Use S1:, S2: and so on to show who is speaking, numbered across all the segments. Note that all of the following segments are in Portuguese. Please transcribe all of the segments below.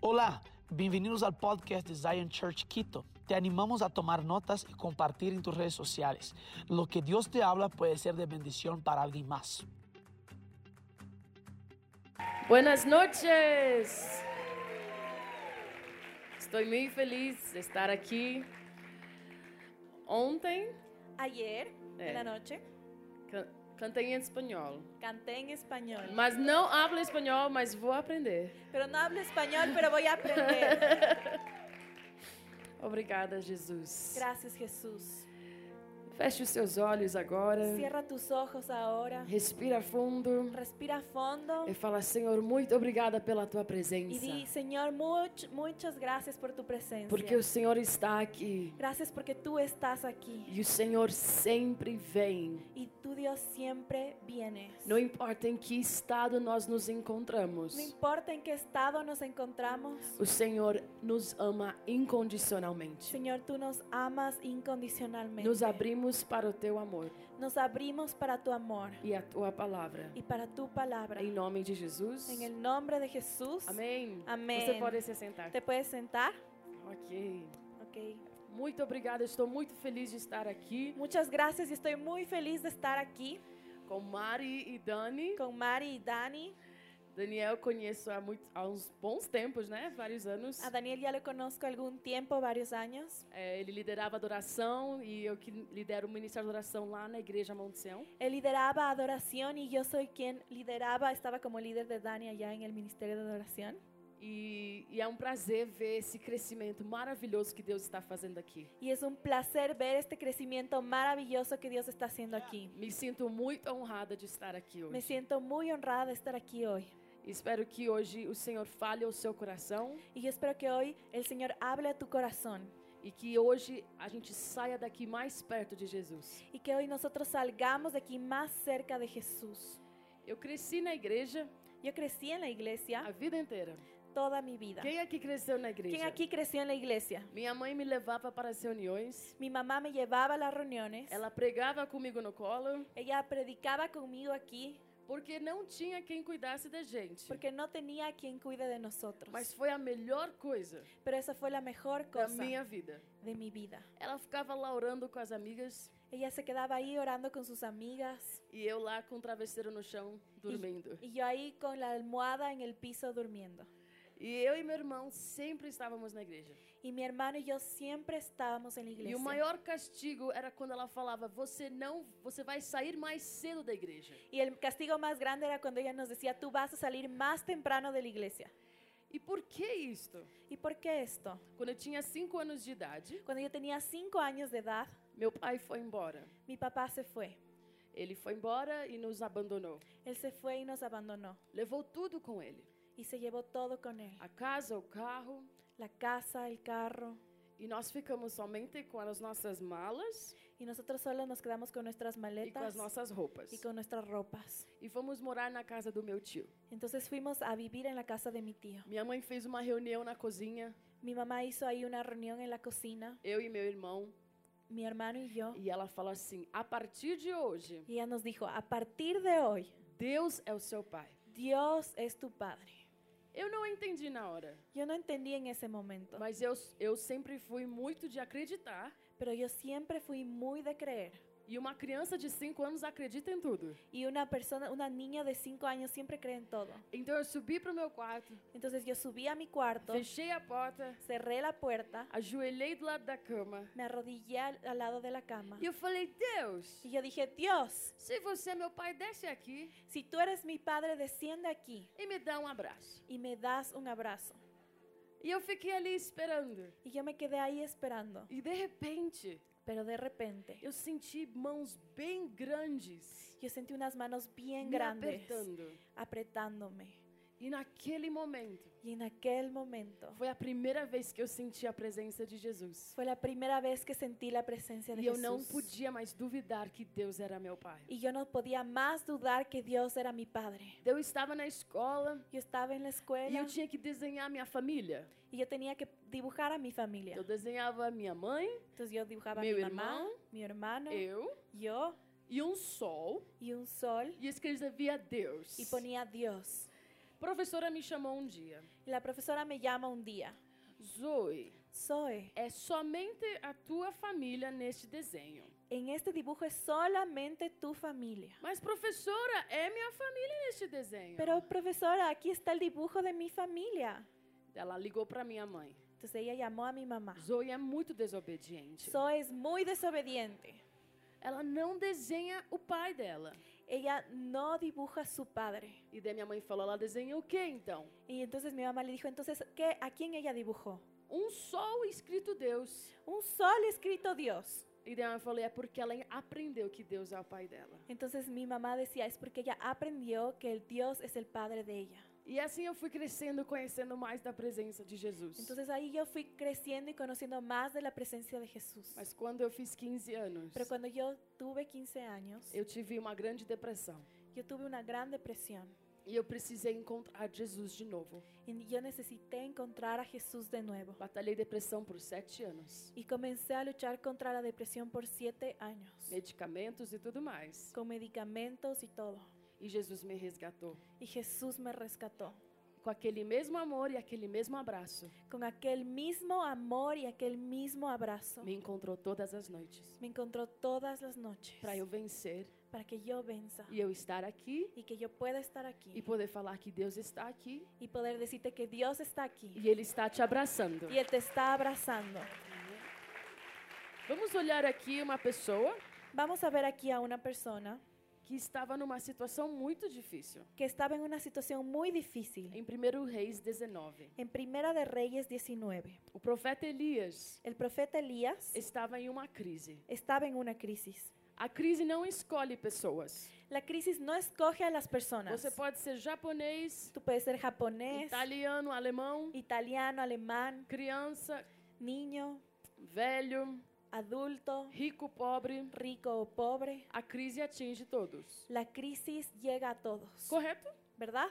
S1: Hola, bienvenidos al podcast de Zion Church Quito. Te animamos a tomar notas y compartir en tus redes sociales. Lo que Dios te habla puede ser de bendición para alguien más.
S2: Buenas noches. Estoy muy feliz de estar aquí. Ontem
S3: Ayer,
S2: Eh.
S3: en la noche,
S2: can- cantei em espanhol,
S3: canté en español.
S2: mas não hablo espanhol, mas vou aprender.
S3: Pero no hablo español, pero voy a aprender.
S2: Obrigada, Jesus.
S3: Gracias, Jesús.
S2: Feche os seus olhos agora.
S3: Cierra tus ojos ahora.
S2: Respira fundo
S3: Respira fondo.
S2: e fala, Senhor, muito obrigada pela tua
S3: Y
S2: presença,
S3: di, Señor, much- muchas gracias por tu
S2: porque
S3: presencia.
S2: o Senhor está aqui
S3: Gracias porque tú estás aquí.
S2: e o Senhor sempre vem.
S3: Y tu Dios siempre vienes.
S2: Não importa em que estado nós nos encontramos.
S3: No importa en qué estado nos encontramos.
S2: O Senhor nos ama incondicionalmente.
S3: Señor, tú nos amas incondicionalmente.
S2: Nos abrimos para o teu amor
S3: Nos abrimos para tu amor
S2: e a tua palavra.
S3: y para tu palabra.
S2: Em nome de Jesus.
S3: En el nombre de Jesús.
S2: Amém.
S3: Amém.
S2: Você pode se sentar.
S3: ¿Te puedes sentar?
S2: Ok.
S3: Ok.
S2: Muito obrigada. Estou muito feliz de estar aqui
S3: Muchas gracias y estoy muy feliz de estar aquí
S2: com Mari e Dani.
S3: con Mari y Dani.
S2: Daniel conheço há, muito, há uns bons tempos, né? Vários anos.
S3: A Daniel ya lo conozco algún tiempo, varios años.
S2: É, ele liderava adoração e eu que lidero o Ministério de Adoração lá na Igreja Monte Sião.
S3: Él lideraba adoración y yo soy quien lideraba, estaba como líder de Dani allá en el Ministerio de Adoración.
S2: E, e é um prazer ver esse crescimento maravilhoso que Deus está fazendo aqui.
S3: Y es un placer ver este crecimiento maravilloso que Dios está haciendo aquí.
S2: Me sinto muito honrada de estar aqui
S3: Me
S2: hoje.
S3: siento muy honrada de estar aquí hoy.
S2: Espero que hoje o Senhor fale ao seu coração
S3: Y yo espero que hoy el Señor hable a tu corazón
S2: e que hoje a gente saia daqui mais perto de Jesus.
S3: y que hoy nosotros salgamos de aquí más cerca de Jesús.
S2: Eu cresci na igreja
S3: Yo crecí en la iglesia
S2: a vida inteira.
S3: toda mi vida.
S2: Quem aqui cresceu na
S3: ¿Quién
S2: igreja?
S3: aquí creció en la iglesia?
S2: Minha mãe me levava para as reuniões.
S3: Mi mamá me llevaba a las reuniones.
S2: Ela pregava comigo no colo,
S3: Ella predicaba conmigo aquí
S2: porque não tinha quem cuidasse da gente.
S3: porque no tenía quien cuide de nosotros.
S2: Mas foi a melhor coisa
S3: Pero esa fue la mejor
S2: da
S3: cosa
S2: minha vida.
S3: de mi vida.
S2: Ela ficava lá orando com as amigas
S3: Ella se quedaba ahí orando con sus amigas
S2: e eu lá com o travesseiro no chão, dormindo.
S3: y yo ahí con la almohada en el piso durmiendo.
S2: E eu e meu irmão sempre estávamos na igreja.
S3: Y mi hermano y yo siempre estábamos en la
S2: E
S3: iglesia.
S2: o maior castigo era quando ela falava: "Você não, você vai sair mais cedo da igreja".
S3: Y el castigo más grande era cuando ella nos decía, tú vas a salir más temprano de la iglesia.
S2: E por que isto?
S3: ¿Y por qué esto?
S2: Quando eu tinha cinco anos de idade,
S3: Cuando yo tenía cinco años de edad,
S2: meu pai foi embora.
S3: mi papá se fue.
S2: Ele foi embora e nos abandonou.
S3: Él se fue y nos abandonó.
S2: Levou tudo com ele:
S3: y se llevó todo con él,
S2: a casa, o carro,
S3: la casa, el carro,
S2: e nós ficamos somente com as nossas malas
S3: y nosotros solo nos quedamos con nuestras
S2: e com as
S3: maletas
S2: nossas roupas.
S3: y con nuestras ropas.
S2: E fomos morar na casa do meu tio.
S3: Entonces fuimos a vivir en la casa de mi tío.
S2: Minha mãe fez uma reunião na cozinha,
S3: Mi mamá hizo ahí una reunión en la cocina,
S2: eu e meu irmão,
S3: mi hermano y yo,
S2: e ela falou assim: "A partir de hoje,
S3: y ella nos dijo, a partir de hoy,
S2: Deus é o seu pai".
S3: Dios es tu Padre.
S2: Eu não entendi na hora,
S3: Yo no entendí en ese momento,
S2: mas eu, eu sempre fui muito de acreditar.
S3: pero yo siempre fui muy de creer.
S2: E uma criança de 5 anos acredita em tudo.
S3: Y una persona, una niña de cinco años siempre cree en todo.
S2: Então eu subi pro meu quarto,
S3: Entonces yo subí a mi cuarto,
S2: fechei a porta,
S3: cerré la puerta,
S2: ajoelhei do lado da cama
S3: me arrodillé al al lado de la cama.
S2: e eu falei: Deus,
S3: Y yo dije, Dios,
S2: se você é meu pai, desce aqui
S3: si tú eres mi padre, desciende aquí
S2: e me dá um abraço.
S3: y me das un abrazo.
S2: E eu fiquei ali esperando.
S3: Y yo me quedé ahí esperando.
S2: E de repente,
S3: Pero de repente,
S2: eu senti mãos bem grandes
S3: yo sentí unas manos bien
S2: me
S3: grandes
S2: apertando.
S3: apretándome.
S2: E naquele momento,
S3: Y en aquel momento
S2: foi a primeira vez que eu senti a presença de Jesus.
S3: fue la primera vez que sentí la presencia de
S2: E eu não
S3: Jesús.
S2: podia mais duvidar que Deus era meu pai.
S3: Y yo no podía más dudar que Dios era mi padre.
S2: Eu estava na escola
S3: Yo estaba en la
S2: e eu
S3: escuela
S2: tinha que desenhar minha família.
S3: y yo tenía que dibujar a mi familia.
S2: Eu desenhava minha mãe,
S3: Entonces yo dibujaba a
S2: Meu
S3: mi Eh. mamá,
S2: irmão,
S3: mi hermano,
S2: eu
S3: yo
S2: e um sol
S3: y un sol
S2: e escrevia Deus.
S3: y ponía Dios.
S2: professora me chamou um dia.
S3: Y la profesora me llama un día.
S2: Zoe,
S3: Zoe,
S2: é somente a tua família neste desenho.
S3: en este dibujo es solamente tu familia.
S2: Mas professora, é minha família neste desenho.
S3: Pero profesora, aquí está el dibujo de mi familia.
S2: Ela ligou para minha mãe.
S3: Entonces ella llamó a mi mamá.
S2: Zoe é muito desobediente.
S3: Zoe es muy desobediente.
S2: Ela não desenha o pai dela.
S3: Ella no dibuja a su padre.
S2: E daí minha mãe falou, ela desenha o quê então?
S3: Y entonces mi mamá le dijo, entonces, ¿qué? ¿A quién ella dibujó?
S2: Um sol escrito Deus.
S3: Un sol escrito Dios.
S2: E daí minha mãe falou, é porque ela aprendeu que Deus é o pai dela.
S3: Entonces mi mamá decía, es porque ella aprendió que el Dios es el padre de ella.
S2: E assim eu fui crescendo, conhecendo mais da presença de Jesus.
S3: Entonces ahí yo fui creciendo y conociendo más de la presencia de Jesús.
S2: Mas quando eu fiz 15 anos,
S3: Pero cuando yo tuve 15 años,
S2: eu tive uma grande depressão.
S3: yo tuve una gran depresión
S2: E eu precisei encontrar Jesus de novo.
S3: y yo necesité encontrar a Jesús de nuevo.
S2: Batalhei depressão por sete anos.
S3: Y comencé a luchar contra la depresión por 7 años,
S2: Medicamentos e tudo mais.
S3: con medicamentos y todo.
S2: E Jesus me resgatou.
S3: Y Jesús me rescató
S2: Com aquele mesmo amor e aquele mesmo abraço,
S3: con aquel mismo amor y aquel mismo abrazo.
S2: me encontrou todas as noites.
S3: Me encontró todas las noches
S2: Para eu vencer
S3: para que yo venza
S2: e eu estar aqui
S3: y que yo pueda estar
S2: e
S3: aquí
S2: poder falar que Deus está aqui
S3: y poder decirte que Dios está aquí
S2: e Ele está te abraçando.
S3: y Él te está abrazando.
S2: Vamos olhar aqui uma pessoa
S3: Vamos a ver aquí a una persona
S2: que estava numa situação muito difícil.
S3: que estaba en una situación muy difícil.
S2: Em 1 Reis 19,
S3: En Primera de Reyes 19,
S2: o profeta Elias
S3: el profeta Elías
S2: estava em uma crise.
S3: estaba en una crisis.
S2: A crise não escolhe pessoas.
S3: La crisis no escoge a las personas.
S2: Você pode ser japonês,
S3: Tú puedes ser japonés,
S2: italiano, alemão,
S3: italiano, alemán,
S2: criança,
S3: niño,
S2: velho,
S3: adulto,
S2: rico, pobre.
S3: rico o pobre.
S2: A crise atinge todos.
S3: La crisis llega a todos,
S2: Correto?
S3: ¿verdad?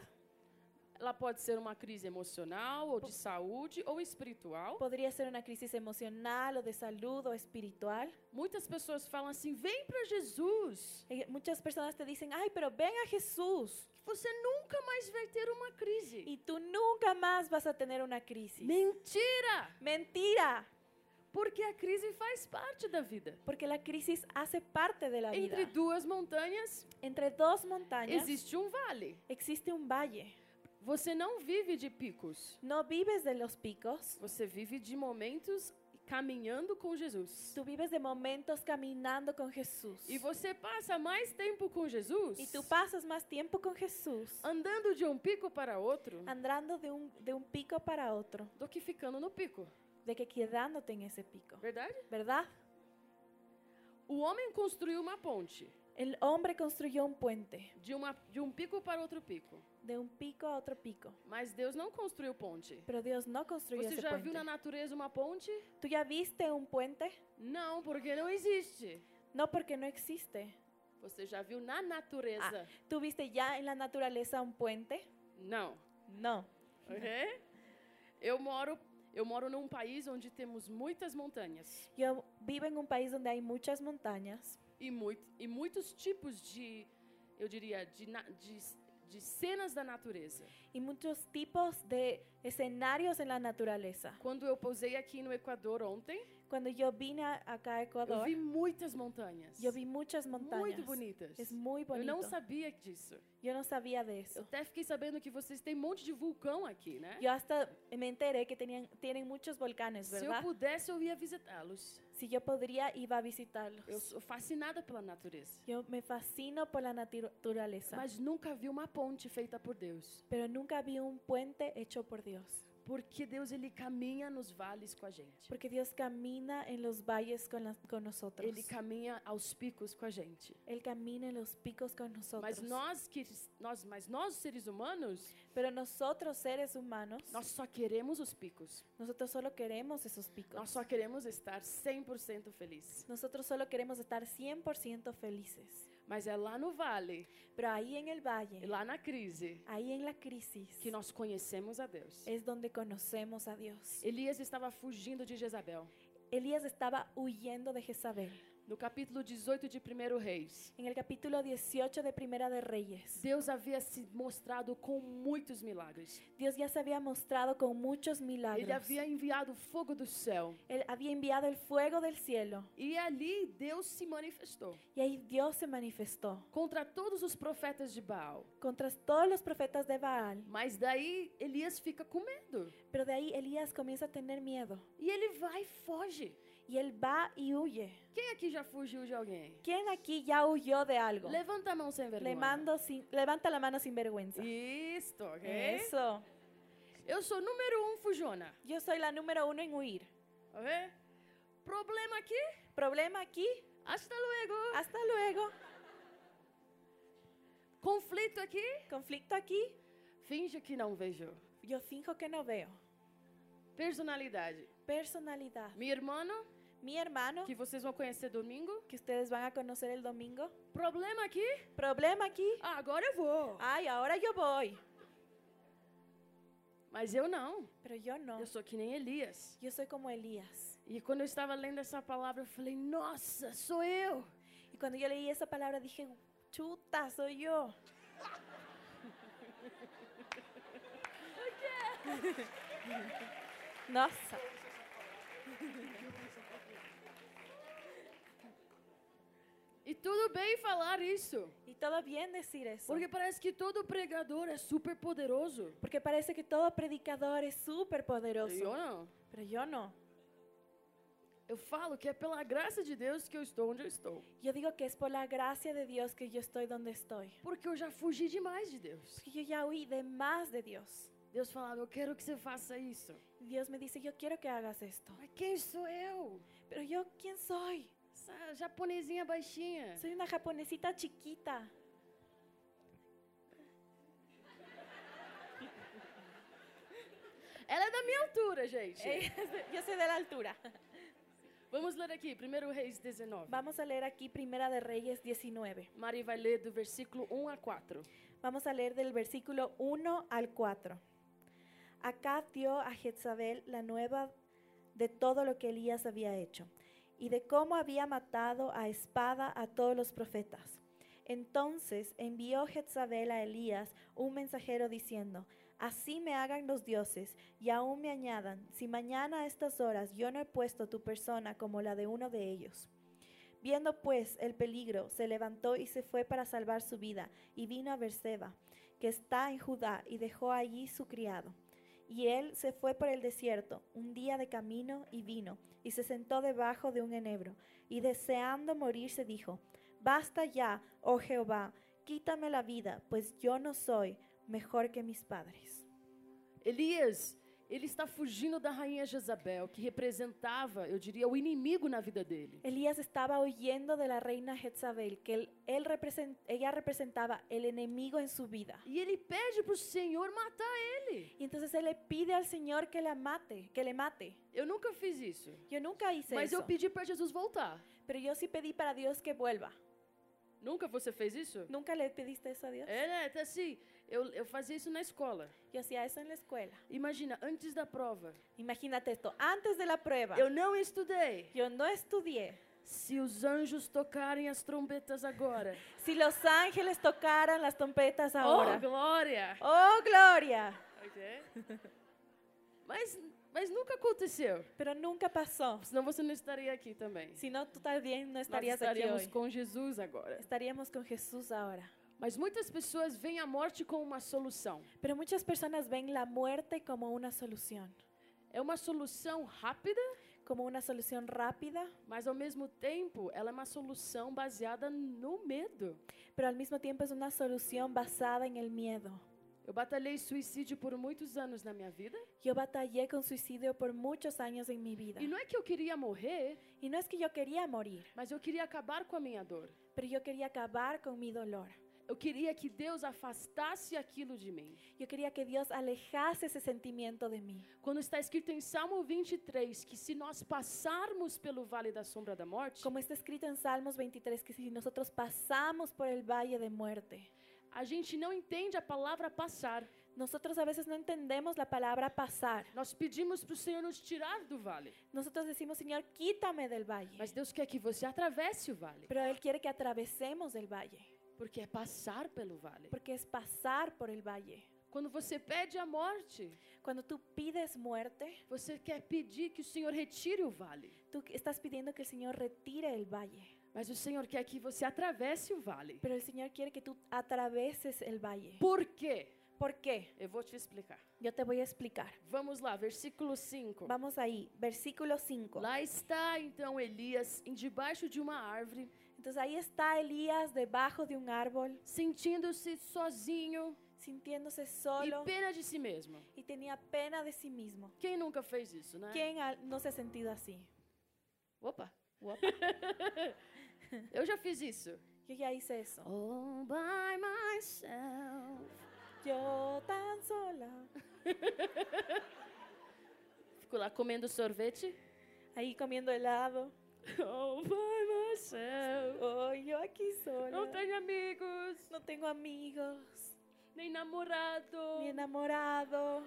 S2: Ela pode ser uma crise emocional, ou de saúde, ou espiritual.
S3: Podría ser una crisis emocional o de salud o espiritual.
S2: Muitas pessoas falam assim: vem para Jesus,
S3: Eh, Muchas personas te dicen, ay, pero ven a Jesús
S2: que você nunca mais vai ter uma crise.
S3: y tú nunca más vas a tener una crisis.
S2: Mentira!
S3: Mentira,
S2: Porque a crise faz parte da vida.
S3: porque la crisis hace parte de la vida.
S2: Entre duas montanhas
S3: Entre dos montañas
S2: existe um vale.
S3: existe un valle.
S2: Você não vive de picos,
S3: No vives de los picos,
S2: você vive de momentos caminhando com Jesus.
S3: tú vives de momentos caminando con Jesús.
S2: E você passa mais tempo com Jesus
S3: Y tú pasas más tiempo con Jesús
S2: andando de um pico para outro
S3: andando de un, de un pico para otro,
S2: do que ficando no pico,
S3: de que quedándote en ese pico,
S2: verdade?
S3: ¿verdad?
S2: O homem construiu uma ponte
S3: El hombre construyó un puente
S2: de, uma, de um pico para outro pico,
S3: de un pico a otro pico,
S2: mas Deus não construiu ponte.
S3: pero Dios no construyó
S2: Você
S3: ese
S2: já viu
S3: puente.
S2: na natureza uma ponte?
S3: ¿Tú ya viste un puente?
S2: Não, porque não existe.
S3: No, porque no existe.
S2: Você já viu na natureza?
S3: ¿Tú viste ya en la naturaleza un puente?
S2: Não.
S3: No.
S2: Ok? Eu moro, eu moro num país onde temos muitas montanhas
S3: Yo vivo en un país donde hay muchas montañas
S2: e, muito, e muitos tipos de, eu diria, de, na- de, de cenas da natureza.
S3: y muchos tipos de escenarios en la naturaleza.
S2: Quando eu pousei aqui no Equador ontem,
S3: Cuando yo vine a- acá a
S2: eu
S3: Ecuador,
S2: vi muitas montanhas.
S3: yo vi muchas montañas.
S2: Muito bonitas.
S3: Es muy
S2: Eu não
S3: bonito.
S2: sabia disso.
S3: Yo no sabía de
S2: Eu
S3: eso.
S2: até fiquei sabendo que vocês têm um monte de vulcão aqui, né?
S3: Yo hasta me enteré que tenían, tienen muchos volcanes,
S2: Se eu
S3: ¿verdad?
S2: pudesse, eu ia visitá-los.
S3: Si yo podría, iba a visitarlos.
S2: Eu sou fascinada pela natureza.
S3: Yo me fascino por la natu- naturaleza,
S2: Mas nunca vi uma ponte feita por Deus.
S3: pero nunca vi un puente hecho por Dios,
S2: Porque Deus ele caminha nos vales com a gente.
S3: porque Dios camina en los valles con, las- con nosotros.
S2: Ele caminha aos picos com a gente.
S3: Él camina en los picos con nosotros.
S2: Mas nós que nós, mas nós seres humanos,
S3: pero nosotros seres humanos,
S2: nós só queremos os picos.
S3: nosotros solo queremos esos picos.
S2: Nós só queremos estar 100% feliz.
S3: Nosotros solo queremos estar 100% felices.
S2: Mas é lá no vale,
S3: Pero ahí en el
S2: é
S3: valle,
S2: lá na crise,
S3: ahí en la crisis,
S2: que nós conhecemos a Deus.
S3: es donde conocemos a Dios.
S2: Elias estava fugindo de Jezabel.
S3: Elías estaba huyendo de Jezabel.
S2: No capítulo 18 de 1 Reis,
S3: En el capítulo 18 de Primera de Reyes,
S2: Deus havia se mostrado com muitos milagres.
S3: Dios ya se había mostrado con muchos
S2: Ele
S3: milagros.
S2: havia enviado fogo do céu.
S3: Él había enviado el fuego del cielo
S2: E ali Deus se manifestou
S3: y ahí Dios se manifestó
S2: contra todos os profetas de Baal.
S3: contra todos los profetas de Baal.
S2: Mas daí Elias fica com medo.
S3: Pero de ahí Elías comienza a tener miedo
S2: E ele vai e foge.
S3: y él va y huye.
S2: Quem aqui já fugiu de alguém?
S3: ¿Quién aquí ya huyó de algo?
S2: Levanta a mão sem vergonha.
S3: Le mando sin- levanta la mano sin vergüenza.
S2: Isto, ok?
S3: Eso.
S2: Eu sou número um fujona,
S3: Yo soy la número uno en huir.
S2: ok? Problema aqui?
S3: Problema aquí.
S2: Hasta luego.
S3: Hasta luego.
S2: Conflito aqui?
S3: Conflicto aquí.
S2: Finge que não vejo.
S3: Yo finjo que no veo.
S2: Personalidade.
S3: Personalidad.
S2: Minha irmã,
S3: Mi hermano,
S2: que vocês vão conhecer domingo.
S3: que ustedes van a conocer el domingo.
S2: Problema aqui?
S3: Problema aquí.
S2: Ah, agora eu vou.
S3: Ay, ahora yo voy.
S2: Mas eu não.
S3: Pero yo no.
S2: Eu sou que nem Elias.
S3: Yo soy como Elías.
S2: E quando eu estava lendo essa palavra, eu falei: Nossa, sou eu.
S3: Y cuando yo leí esa palabra dije, chuta, soy yo. Nossa.
S2: E tudo bem falar isso.
S3: Y todo bien decir eso.
S2: Porque parece que todo pregador é super poderoso.
S3: Porque parece que todo predicador es súper
S2: Eu
S3: poderoso.
S2: não.
S3: Pero yo no.
S2: Eu falo que é pela graça de Deus que eu estou onde eu estou.
S3: Yo digo que es por la gracia de Dios que yo estoy donde estoy.
S2: Porque eu já fugi demais de Deus.
S3: Porque yo ya huí de más de Dios.
S2: Deus falava, eu quero que você faça isso.
S3: Dios me dice, yo quiero que hagas esto.
S2: Mas quem sou eu?
S3: Pero yo, ¿quién soy?
S2: Essa japonesinha baixinha.
S3: Soy una japonesita chiquita.
S2: Ela é da minha altura, gente.
S3: É. yo soy de la altura.
S2: Vamos ler aqui, 1 Reis 19.
S3: Vamos a leer aquí Primera de Reyes 19.
S2: Mari vai ler do versículo 1 a 4.
S3: Vamos a leer del versículo 1 al 4. Acá dio a Jezabel la nueva de todo lo que Elías había hecho y de cómo había matado a espada a todos los profetas. Entonces envió Jezabel a Elías un mensajero diciendo, Así me hagan los dioses y aún me añadan, si mañana a estas horas yo no he puesto tu persona como la de uno de ellos. Viendo pues el peligro, se levantó y se fue para salvar su vida, y vino a Berseba, que está en Judá, y dejó allí su criado. Y él se fue por el desierto, un día de camino, y vino, y se sentó debajo de un enebro, y deseando morirse dijo, Basta ya, oh Jehová, quítame la vida, pues yo no soy mejor que mis padres.
S2: Elias, ele está fugindo da rainha Jezabel, que representava, eu diria, o inimigo na vida dele.
S3: Elías estaba huyendo de la reina Jezabel, que él, él represent- ella representaba el enemigo en su vida.
S2: E ele pede para o Senhor matar ele.
S3: Y entonces él le pide al Señor que la mate, que le mate.
S2: Eu nunca fiz isso.
S3: Yo nunca hice
S2: Mas eu
S3: eso,
S2: pedi para Jesus voltar.
S3: pero yo sí pedí para Dios que vuelva.
S2: Nunca você fez isso?
S3: ¿Nunca le pediste eso a Dios?
S2: É, né? Tá assim, eu, eu fazia isso na escola.
S3: Yo hacía eso en la escuela.
S2: Imagina, antes da prova,
S3: Imagínate esto, antes de la prueba,
S2: eu não estudei.
S3: yo no estudié.
S2: Se os anjos tocarem as trombetas agora.
S3: Si los ángeles tocaran las trompetas ahora.
S2: Oh, glória!
S3: ¡Oh, gloria!
S2: Ok. Mas, mas nunca aconteceu.
S3: Pero nunca pasó.
S2: Senão você não estaria aqui também.
S3: Si no, tú también no
S2: Nós
S3: estarías aquí
S2: estaríamos
S3: hoy.
S2: com Jesus agora.
S3: Estaríamos con Jesús ahora.
S2: Mas muitas pessoas veem a morte como uma solução.
S3: Pero muchas personas ven la muerte como una solución,
S2: É uma solução rápida,
S3: como una solución rápida,
S2: mas ao mesmo tempo ela é uma solução baseada no medo.
S3: pero al mismo tiempo es una solución basada en el miedo.
S2: Eu batalhei suicídio por muitos anos na minha vida.
S3: Yo batallé con suicidio por muchos años en mi vida.
S2: E não é que eu queria morrer,
S3: Y no es que yo quería morir,
S2: mas eu queria acabar com a minha dor.
S3: pero yo queria acabar con mi dolor.
S2: Eu queria que Deus afastasse aquilo de mim.
S3: Yo quería que Dios alejase ese sentimiento de mí.
S2: Quando está escrito em Salmo 23 que se nós passarmos pelo vale da sombra da morte,
S3: Como está escrito en Salmos 23, que si nosotros pasamos por el valle de muerte,
S2: a gente não entende a palavra passar.
S3: Nosotros a veces no entendemos la palabra pasar.
S2: Nós pedimos para o Senhor nos tirar do vale,
S3: Nosotros decimos, Señor, quítame del valle.
S2: mas Deus quer que você atravesse o vale,
S3: Pero Él quiere que atravesemos el valle,
S2: porque é passar pelo vale.
S3: porque es pasar por el valle.
S2: Quando você pede a morte,
S3: Cuando tú pides muerte,
S2: você quer pedir que o Senhor retire o vale,
S3: tú estás pidiendo que el Señor retire el valle.
S2: mas o Senhor quer que você atravesse o vale.
S3: Pero el Señor quiere que tú atraveses el valle.
S2: Por quê?
S3: ¿Por qué?
S2: Eu vou te explicar.
S3: Yo te voy a explicar.
S2: Vamos lá, versículo 5.
S3: Vamos ahí, versículo 5.
S2: Lá está então Elias em debaixo de uma árvore,
S3: Entonces ahí está Elías debajo de un árbol,
S2: sentindo-se sozinho
S3: sintiéndose
S2: e
S3: solo
S2: pena de si mesmo.
S3: y tenía pena de sí mismo.
S2: Quem nunca fez isso, né?
S3: ¿Quién ha- no se ha sentido así?
S2: Opa. Eu já fiz isso.
S3: Yo ya hice eso.
S2: All by myself.
S3: Yo tan sola.
S2: Fico lá comendo sorvete.
S3: Ahí comiendo helado.
S2: All by myself.
S3: Oh, yo aquí
S2: Não
S3: sola.
S2: tenho amigos,
S3: No tengo amigos,
S2: nem namorado.
S3: ni enamorado.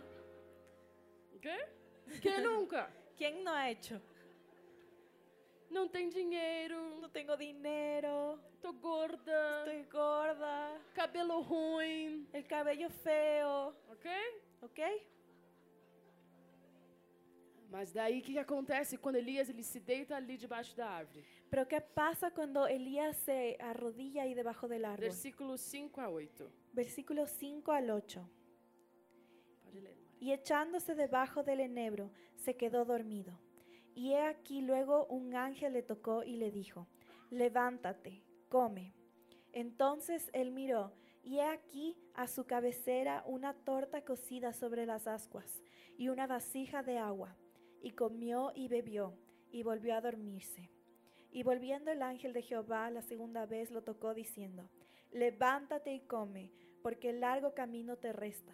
S2: Quê? Quem nunca?
S3: ¿Quién no ha hecho?
S2: Não tem dinheiro.
S3: No tengo dinero.
S2: Tô gorda.
S3: Estoy gorda.
S2: Cabelo ruim.
S3: El cabello feo.
S2: Ok?
S3: ¿Ok?
S2: Mas daí o que, que acontece quando Elias ele se deita ali debaixo da árvore?
S3: Pero ¿qué pasa cuando Elías se arrodilla ahí debajo del árbol?
S2: Versículo 5 a 8.
S3: Versículos 5 al 8.
S2: Pode ler, Mari.
S3: Y echándose debajo del enebro, se quedó dormido. Y he aquí luego un ángel le tocó y le dijo, levántate, come. Entonces él miró, y he aquí a su cabecera una torta cocida sobre las ascuas y una vasija de agua. Y comió y bebió, y volvió a dormirse. Y volviendo el ángel de Jehová la segunda vez lo tocó diciendo, levántate y come, porque el largo camino te resta.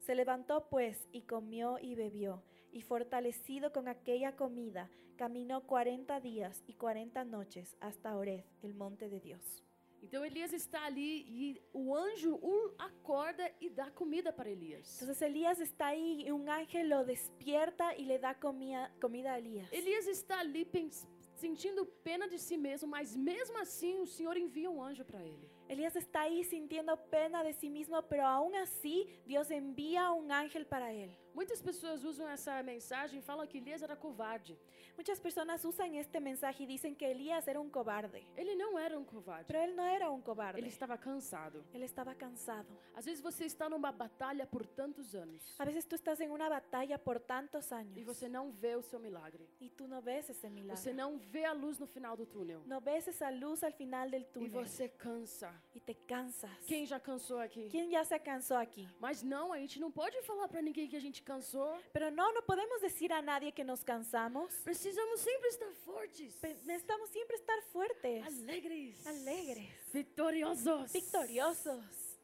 S3: Se levantó pues y comió y bebió, y fortalecido con aquella comida, caminó cuarenta días y cuarenta noches hasta Orez, el monte de Dios.
S2: Então Elias está ali e o anjo o acorda e dá comida para Elias.
S3: Entonces Elías está ahí y un ángel lo despierta y le da comida, comida a Elías.
S2: Elias está ali pens- sentindo pena de si mesmo, mas mesmo assim o Senhor envia um anjo para ele.
S3: Elías está ahí sintiendo pena de sí mismo, pero aún así Dios envía un ángel para él.
S2: Muitas pessoas usam essa mensagem e falam que Elias era covarde.
S3: Muchas personas usan este mensaje y dicen que Elías era un cobarde,
S2: Ele não era um covarde.
S3: pero él no era un cobarde.
S2: Ele estava cansado.
S3: Él estaba cansado.
S2: Às vezes você está numa batalha por tantos anos
S3: A veces tú estás en una batalla por tantos
S2: e
S3: años.
S2: você não vê o seu milagre.
S3: Y tú no ves ese milagro.
S2: Você não vê a luz no final do túnel.
S3: no ves esa luz al final del
S2: E
S3: túnel.
S2: você cansa.
S3: Y te cansas.
S2: Quem já cansou aqui?
S3: ¿Quién ya se cansó aquí?
S2: Mas não, a gente não pode falar pra ninguém que a gente cansou.
S3: Pero no, no podemos decir a nadie que nos cansamos.
S2: Precisamos sempre estar fortes,
S3: Pe- Necesitamos siempre estar fuertes,
S2: alegres,
S3: alegres,
S2: vitoriosos.
S3: victoriosos.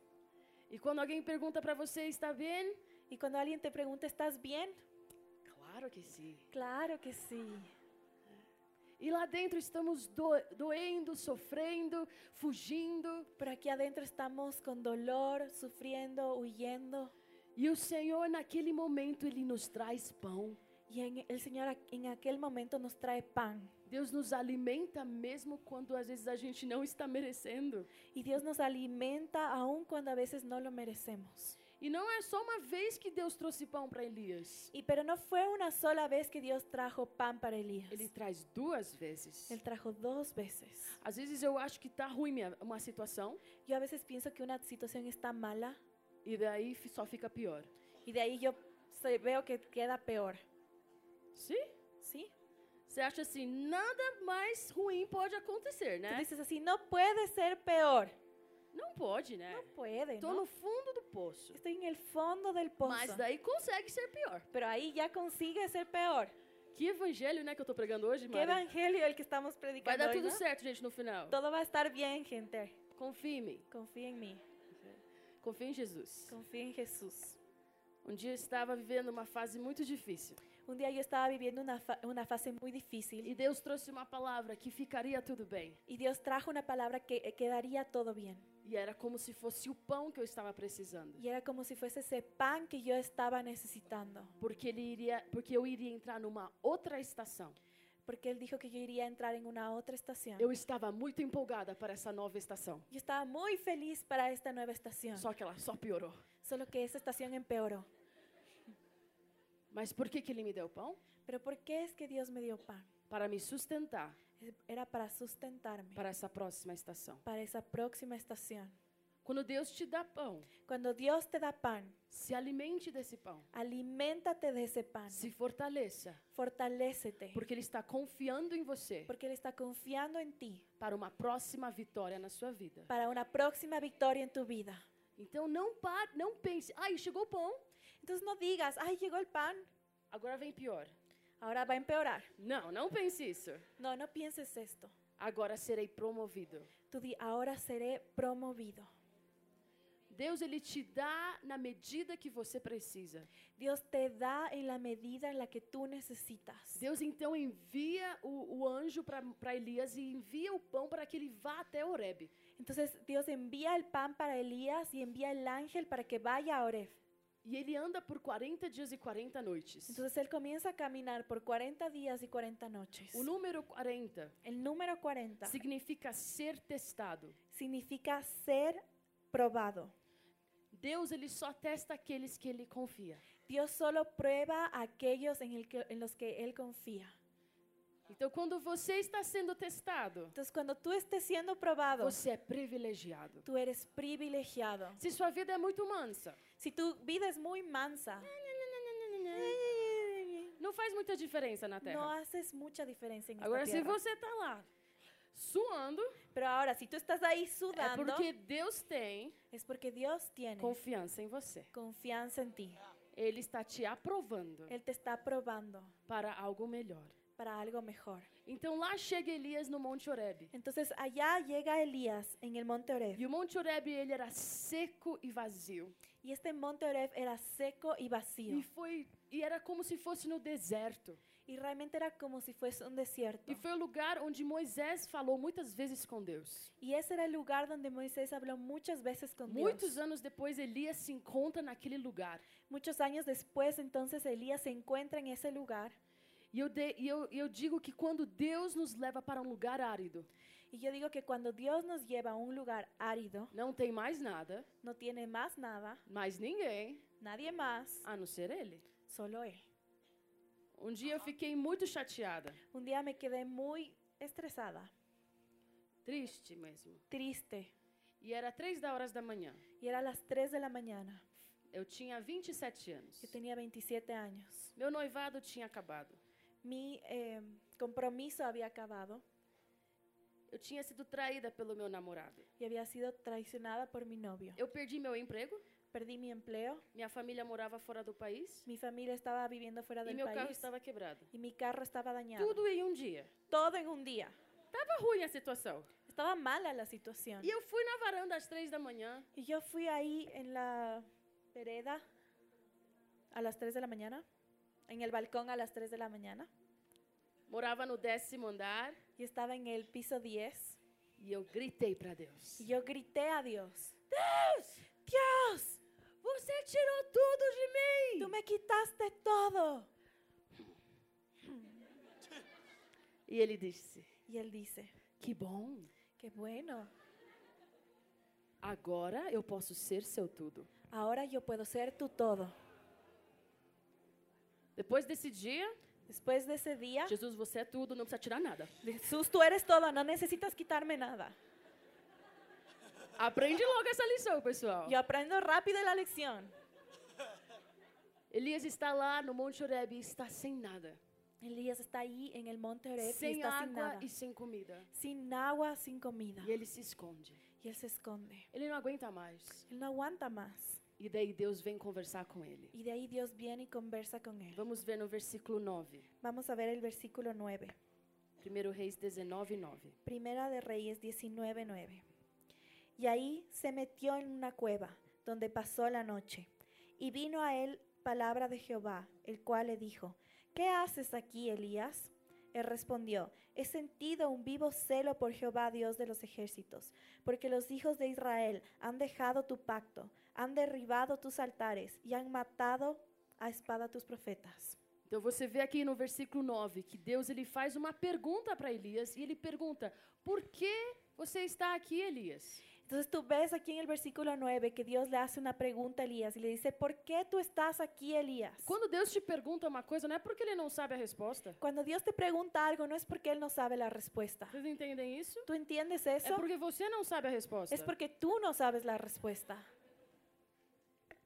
S2: E quando alguém pergunta pra você, está bem?
S3: Y cuando alguien te pregunta, ¿estás bien?
S2: Claro que sim.
S3: Claro que sí.
S2: E lá dentro estamos do- doendo, sofrendo, fugindo.
S3: Pero aquí adentro estamos con dolor, sufriendo, huyendo.
S2: E o Senhor, naquele momento, Ele nos traz pão.
S3: Y en- el Señor a- en aquel momento nos trae pan.
S2: Deus nos alimenta mesmo quando às vezes a gente não está merecendo.
S3: Y Dios nos alimenta aun cuando a veces no lo merecemos.
S2: E não é só uma vez que Deus trouxe pão para Elias.
S3: Y pero no fue una sola vez que Dios trajo pan para Elías.
S2: Ele traz duas vezes.
S3: Él trajo dos veces.
S2: Às vezes eu acho que tá ruim minha- uma situação
S3: Yo a veces pienso que una situación está mala
S2: e daí fi- só fica pior.
S3: y de ahí yo se- veo que queda peor.
S2: Sim?
S3: ¿Sí?
S2: Você acha assim, nada mais ruim pode acontecer,
S3: Tú
S2: né?
S3: dices así, no puede ser peor.
S2: Não pode, né?
S3: No puede,
S2: Tô
S3: ¿no?
S2: no fundo do poço.
S3: Estoy en el fondo del
S2: Mas
S3: pozo.
S2: daí consegue ser pior.
S3: Pero ahí ya consigue ser peor.
S2: Que evangelho, né, que eu tô pregando hoje,
S3: ¿Qué
S2: Mari?
S3: evangelio el que estamos
S2: Vai
S3: predicando
S2: dar
S3: hoy,
S2: tudo
S3: no?
S2: certo, gente, no final.
S3: Todo va a estar bien, gente.
S2: Confia em mim.
S3: Confía en mí.
S2: Confia em Jesus.
S3: Confía en Jesús.
S2: Um dia eu estava vivendo uma fase muito difícil.
S3: Un día yo estaba viviendo una, fa- una fase muy difícil
S2: E Deus trouxe uma palavra que ficaria tudo bem.
S3: Y Dios trajo una palabra que eh, quedaría todo bien.
S2: E era como se fosse o pão que eu estava precisando.
S3: Y era como si fuese ese pan que yo estaba necesitando.
S2: Porque, ele iria, porque eu iria entrar numa outra estação.
S3: Porque él dijo que yo iría a entrar en una otra estación. Yo
S2: Eu estava muito empolgada para essa nova estação.
S3: estaba muy feliz para esta nueva estación.
S2: Só que ela só piorou.
S3: Solo que esa estación empeoró.
S2: Mas por que, que ele me deu pão?
S3: Pero ¿por qué es que Dios me dio pan?
S2: Para me sustentar
S3: Era para sustentarme
S2: para esa próxima estação.
S3: para esa próxima estación.
S2: Quando Deus te dá pão,
S3: Cuando Dios te da pan,
S2: se alimente desse pão.
S3: aliméntate de ese pan.
S2: Se fortaleça.
S3: Fortalécete.
S2: Porque Ele está confiando em você
S3: Porque Él está confiando en ti
S2: para uma próxima vitória na sua vida.
S3: para una próxima victoria en tu vida.
S2: Então não pare, não pense, ai, chegou o pão,
S3: Entonces no digas, ay, llegó el pan,
S2: agora vem pior.
S3: ahora va a empeorar.
S2: Não, não pense isso.
S3: No, no pienses esto.
S2: Agora serei promovido.
S3: Tú di, ahora seré promovido.
S2: Deus ele te dá na medida que você precisa.
S3: Dios te da en la medida en la que tú necesitas.
S2: Deus então envia o, o anjo para Elias e envia o pão para que ele vá até Horebe.
S3: Entonces Dios envía el pan para Elías y envía el ángel para que vaya a Oref.
S2: E ele anda por 40 dias e 40 noites.
S3: Entonces él comienza a caminar por 40 días y 40 noches.
S2: O número 40
S3: El número 40
S2: significa ser testado.
S3: significa ser probado.
S2: Deus ele só testa aqueles que ele confia.
S3: Dios solo prueba a aquellos en, el que- en los que Él confía.
S2: Então quando você está sendo testado,
S3: Entonces, cuando tú estés siendo probado,
S2: você é privilegiado.
S3: tú eres privilegiado.
S2: Se sua vida é muito mansa,
S3: Si tu vida es muy mansa,
S2: não faz muita diferença na
S3: no
S2: terra.
S3: haces mucha diferencia en
S2: Agora
S3: esta
S2: se
S3: tierra.
S2: você está lá suando,
S3: Pero ahora, si tú estás ahí
S2: é
S3: sudando,
S2: porque Deus tem
S3: es porque Dios tiene
S2: confiança em você.
S3: confianza en ti.
S2: Ele está te aprovando
S3: Él te está probando
S2: para algo melhor.
S3: para algo mejor.
S2: Então lá chega Elias no Monte Horebe.
S3: Entonces, allá llega Elías en el monte Oreb.
S2: E o Monte Horebe ele era seco e vazio.
S3: Y este monte Oreb era seco y vacío.
S2: E foi e era como se fosse no deserto.
S3: Y realmente era como si fuese un desierto.
S2: E foi o lugar onde Moisés falou muitas vezes com Deus.
S3: Y ese era el lugar donde Moisés habló muchas veces con Dios.
S2: Muitos anos depois, Elias se encontra naquele lugar.
S3: Muchos años después, entonces Elías se encuentra en ese lugar.
S2: E eu, de- e eu, e eu digo que quando Deus nos leva para um lugar árido,
S3: Y yo digo que cuando Dios nos lleva a un lugar árido,
S2: não tem mais nada,
S3: no tiene más nada,
S2: mais ninguém,
S3: nadie más,
S2: a não ser Ele.
S3: solo Él.
S2: Um dia eu fiquei muito chateada,
S3: Un día me quedé muy estresada,
S2: triste mesmo.
S3: triste,
S2: E era três da horas da manhã.
S3: y era las 3 de la mañana.
S2: Eu tinha 27 anos.
S3: Yo tenía 27 años.
S2: Meu noivado tinha acabado.
S3: Mi eh, compromiso había acabado
S2: Eu tinha sido traída pelo meu namorado.
S3: y había sido traicionada por mi novio.
S2: Eu perdi meu emprego,
S3: Perdí mi empleo,
S2: minha família morava fora do país
S3: mi familia estaba viviendo fuera
S2: e
S3: del
S2: meu carro
S3: país
S2: estava quebrado.
S3: y mi carro estaba dañado.
S2: Tudo em um dia.
S3: Todo en un día.
S2: Tava ruim a situação.
S3: Estaba mala la situación.
S2: E eu fui na varanda às três da manhã.
S3: Y yo fui ahí en la vereda a las 3 de la mañana, en el balcón a las 3 de la mañana,
S2: Morava no décimo andar
S3: y estaba en el piso 10,
S2: e eu gritei para Deus.
S3: y yo grité a Dios,
S2: Deus, você tirou tudo de
S3: tú
S2: mim.
S3: me quitaste todo.
S2: E ele disse:
S3: Y él dice,
S2: Que bom.
S3: qué bueno,
S2: Agora eu posso ser seu tudo.
S3: ahora yo puedo ser tu todo.
S2: Depois desse dia,
S3: Después de ese día,
S2: Jesus, você é tudo, não precisa tirar nada.
S3: Jesús, tú eres todo, no necesitas quitarme nada.
S2: Aprende logo essa lição, pessoal.
S3: Yo aprendo rápido la lección.
S2: Elias está lá no Monte Horebe e está sem nada.
S3: Elías está ahí en el monte Oreb y
S2: Sem
S3: está sin
S2: água
S3: nada. Tá.
S2: e sem comida.
S3: Sin agua, sin comida.
S2: E ele se esconde.
S3: Y él se esconde.
S2: Ele não aguenta mais.
S3: Él no aguanta más.
S2: E daí Deus vem conversar com ele.
S3: Y de ahí Dios viene y conversa con él.
S2: Vamos ver no versículo 9.
S3: Vamos a ver el versículo 9.
S2: 1 Reis 19, 9.
S3: Primera de Reyes 19, 9. Y ahí se metió en una cueva, donde pasó la noche. Y vino a él palabra de Jehová, el cual le dijo, ¿qué haces aquí, Elías? Él respondió, he sentido un vivo celo por Jehová Dios de los ejércitos, porque los hijos de Israel han dejado tu pacto, han derribado tus altares y han matado a espada tus profetas.
S2: Então você vê aqui no versículo 9 que Deus ele faz uma pergunta para Elias e ele pergunta: "Por que você está aqui, Elias?"
S3: Entonces tú ves aquí en el versículo 9 que Dios le hace una pregunta a Elías y le dice, ¿por qué tú estás aquí, Elías?
S2: Quando Deus te pergunta uma coisa, não é porque ele não sabe a resposta.
S3: Cuando Dios te pregunta algo no es porque Él no sabe la respuesta.
S2: Vocês entendem isso?
S3: ¿Tú entiendes
S2: É
S3: eso?
S2: porque você não sabe a resposta.
S3: Es porque tú no sabes la respuesta.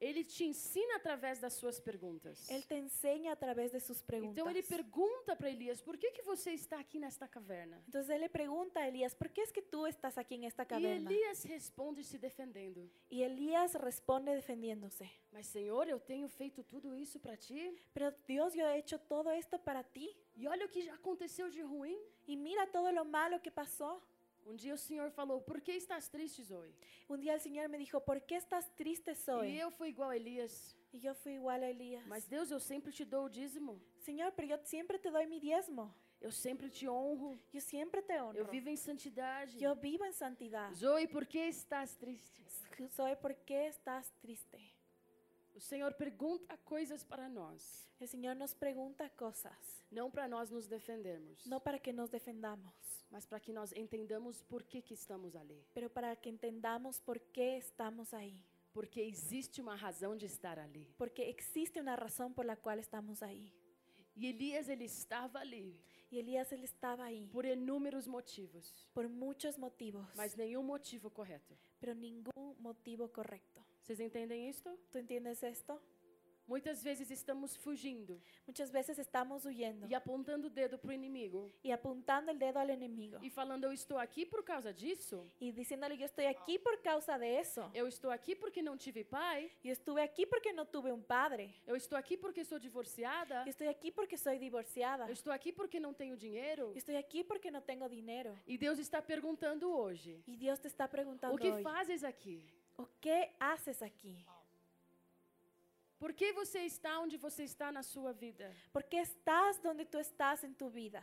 S2: Ele te ensina através das suas perguntas.
S3: Él te enseña a través de sus preguntas.
S2: Então ele pergunta para Elias: "Por que que você está aqui nesta caverna?"
S3: Entonces Él le pregunta a Elías, ¿por qué es que tú estás aquí en esta
S2: E
S3: caverna?
S2: Elias responde se defendendo:
S3: Y Elías responde defendiéndose.
S2: "Mas Senhor, eu tenho feito tudo isso para ti,
S3: Pero Dios, yo he hecho todo esto para ti.
S2: e olha o que já aconteceu de ruim."
S3: Y mira todo lo malo que pasó.
S2: Um dia o Senhor falou: "Por que estás triste, Zoe?"
S3: Un día el Señor me dijo, ¿por qué estás triste
S2: E
S3: hoy?
S2: eu fui igual a Elias.
S3: Y yo fui igual a Elías.
S2: Mas Deus, eu sempre te dou o dízimo.
S3: Señor, pero yo siempre te doy mi diezmo.
S2: Eu sempre te honro.
S3: Yo siempre te honro.
S2: Eu vivo em santidade.
S3: Yo vivo en santidad.
S2: Zoe, por que estás triste?
S3: Soy por qué estás triste.
S2: O Senhor pergunta coisas para nós,
S3: El Señor nos pregunta cosas,
S2: não para nós nos defendermos,
S3: no para que nos defendamos,
S2: mas para que nós entendamos por que que estamos ali.
S3: pero para que entendamos por qué estamos ahí.
S2: Porque existe uma razão de estar ali.
S3: Porque existe una razón por la cual estamos ahí.
S2: E Elias ele estava ali
S3: Y Elías, él estaba ahí
S2: por inúmeros motivos,
S3: por muchos motivos,
S2: mas nenhum motivo correto.
S3: pero ningún motivo correcto.
S2: Vocês entendem isto?
S3: ¿Tú entiendes esto?
S2: Muitas vezes estamos fugindo
S3: Muchas veces estamos huyendo
S2: e apontando o dedo para o inimigo
S3: y apuntando el dedo al enemigo
S2: e falando: Eu estou aqui por causa disso?
S3: y diciéndole yo estoy aquí por causa de eso.
S2: Eu estou aqui porque não tive pai?
S3: Yo estuve aquí porque no tuve un padre.
S2: Eu estou aqui porque sou divorciada?
S3: Yo estoy aquí porque soy divorciada.
S2: Eu
S3: Yo
S2: estou aqui porque não tenho dinheiro?
S3: estoy aquí porque no tengo dinero.
S2: E Deus está perguntando hoje:
S3: Y Dios te está preguntando
S2: O que
S3: hoy,
S2: fazes aqui?
S3: ¿o qué haces aquí?
S2: Por que você está onde você está na sua vida?
S3: ¿Por qué estás donde tú estás en tu vida?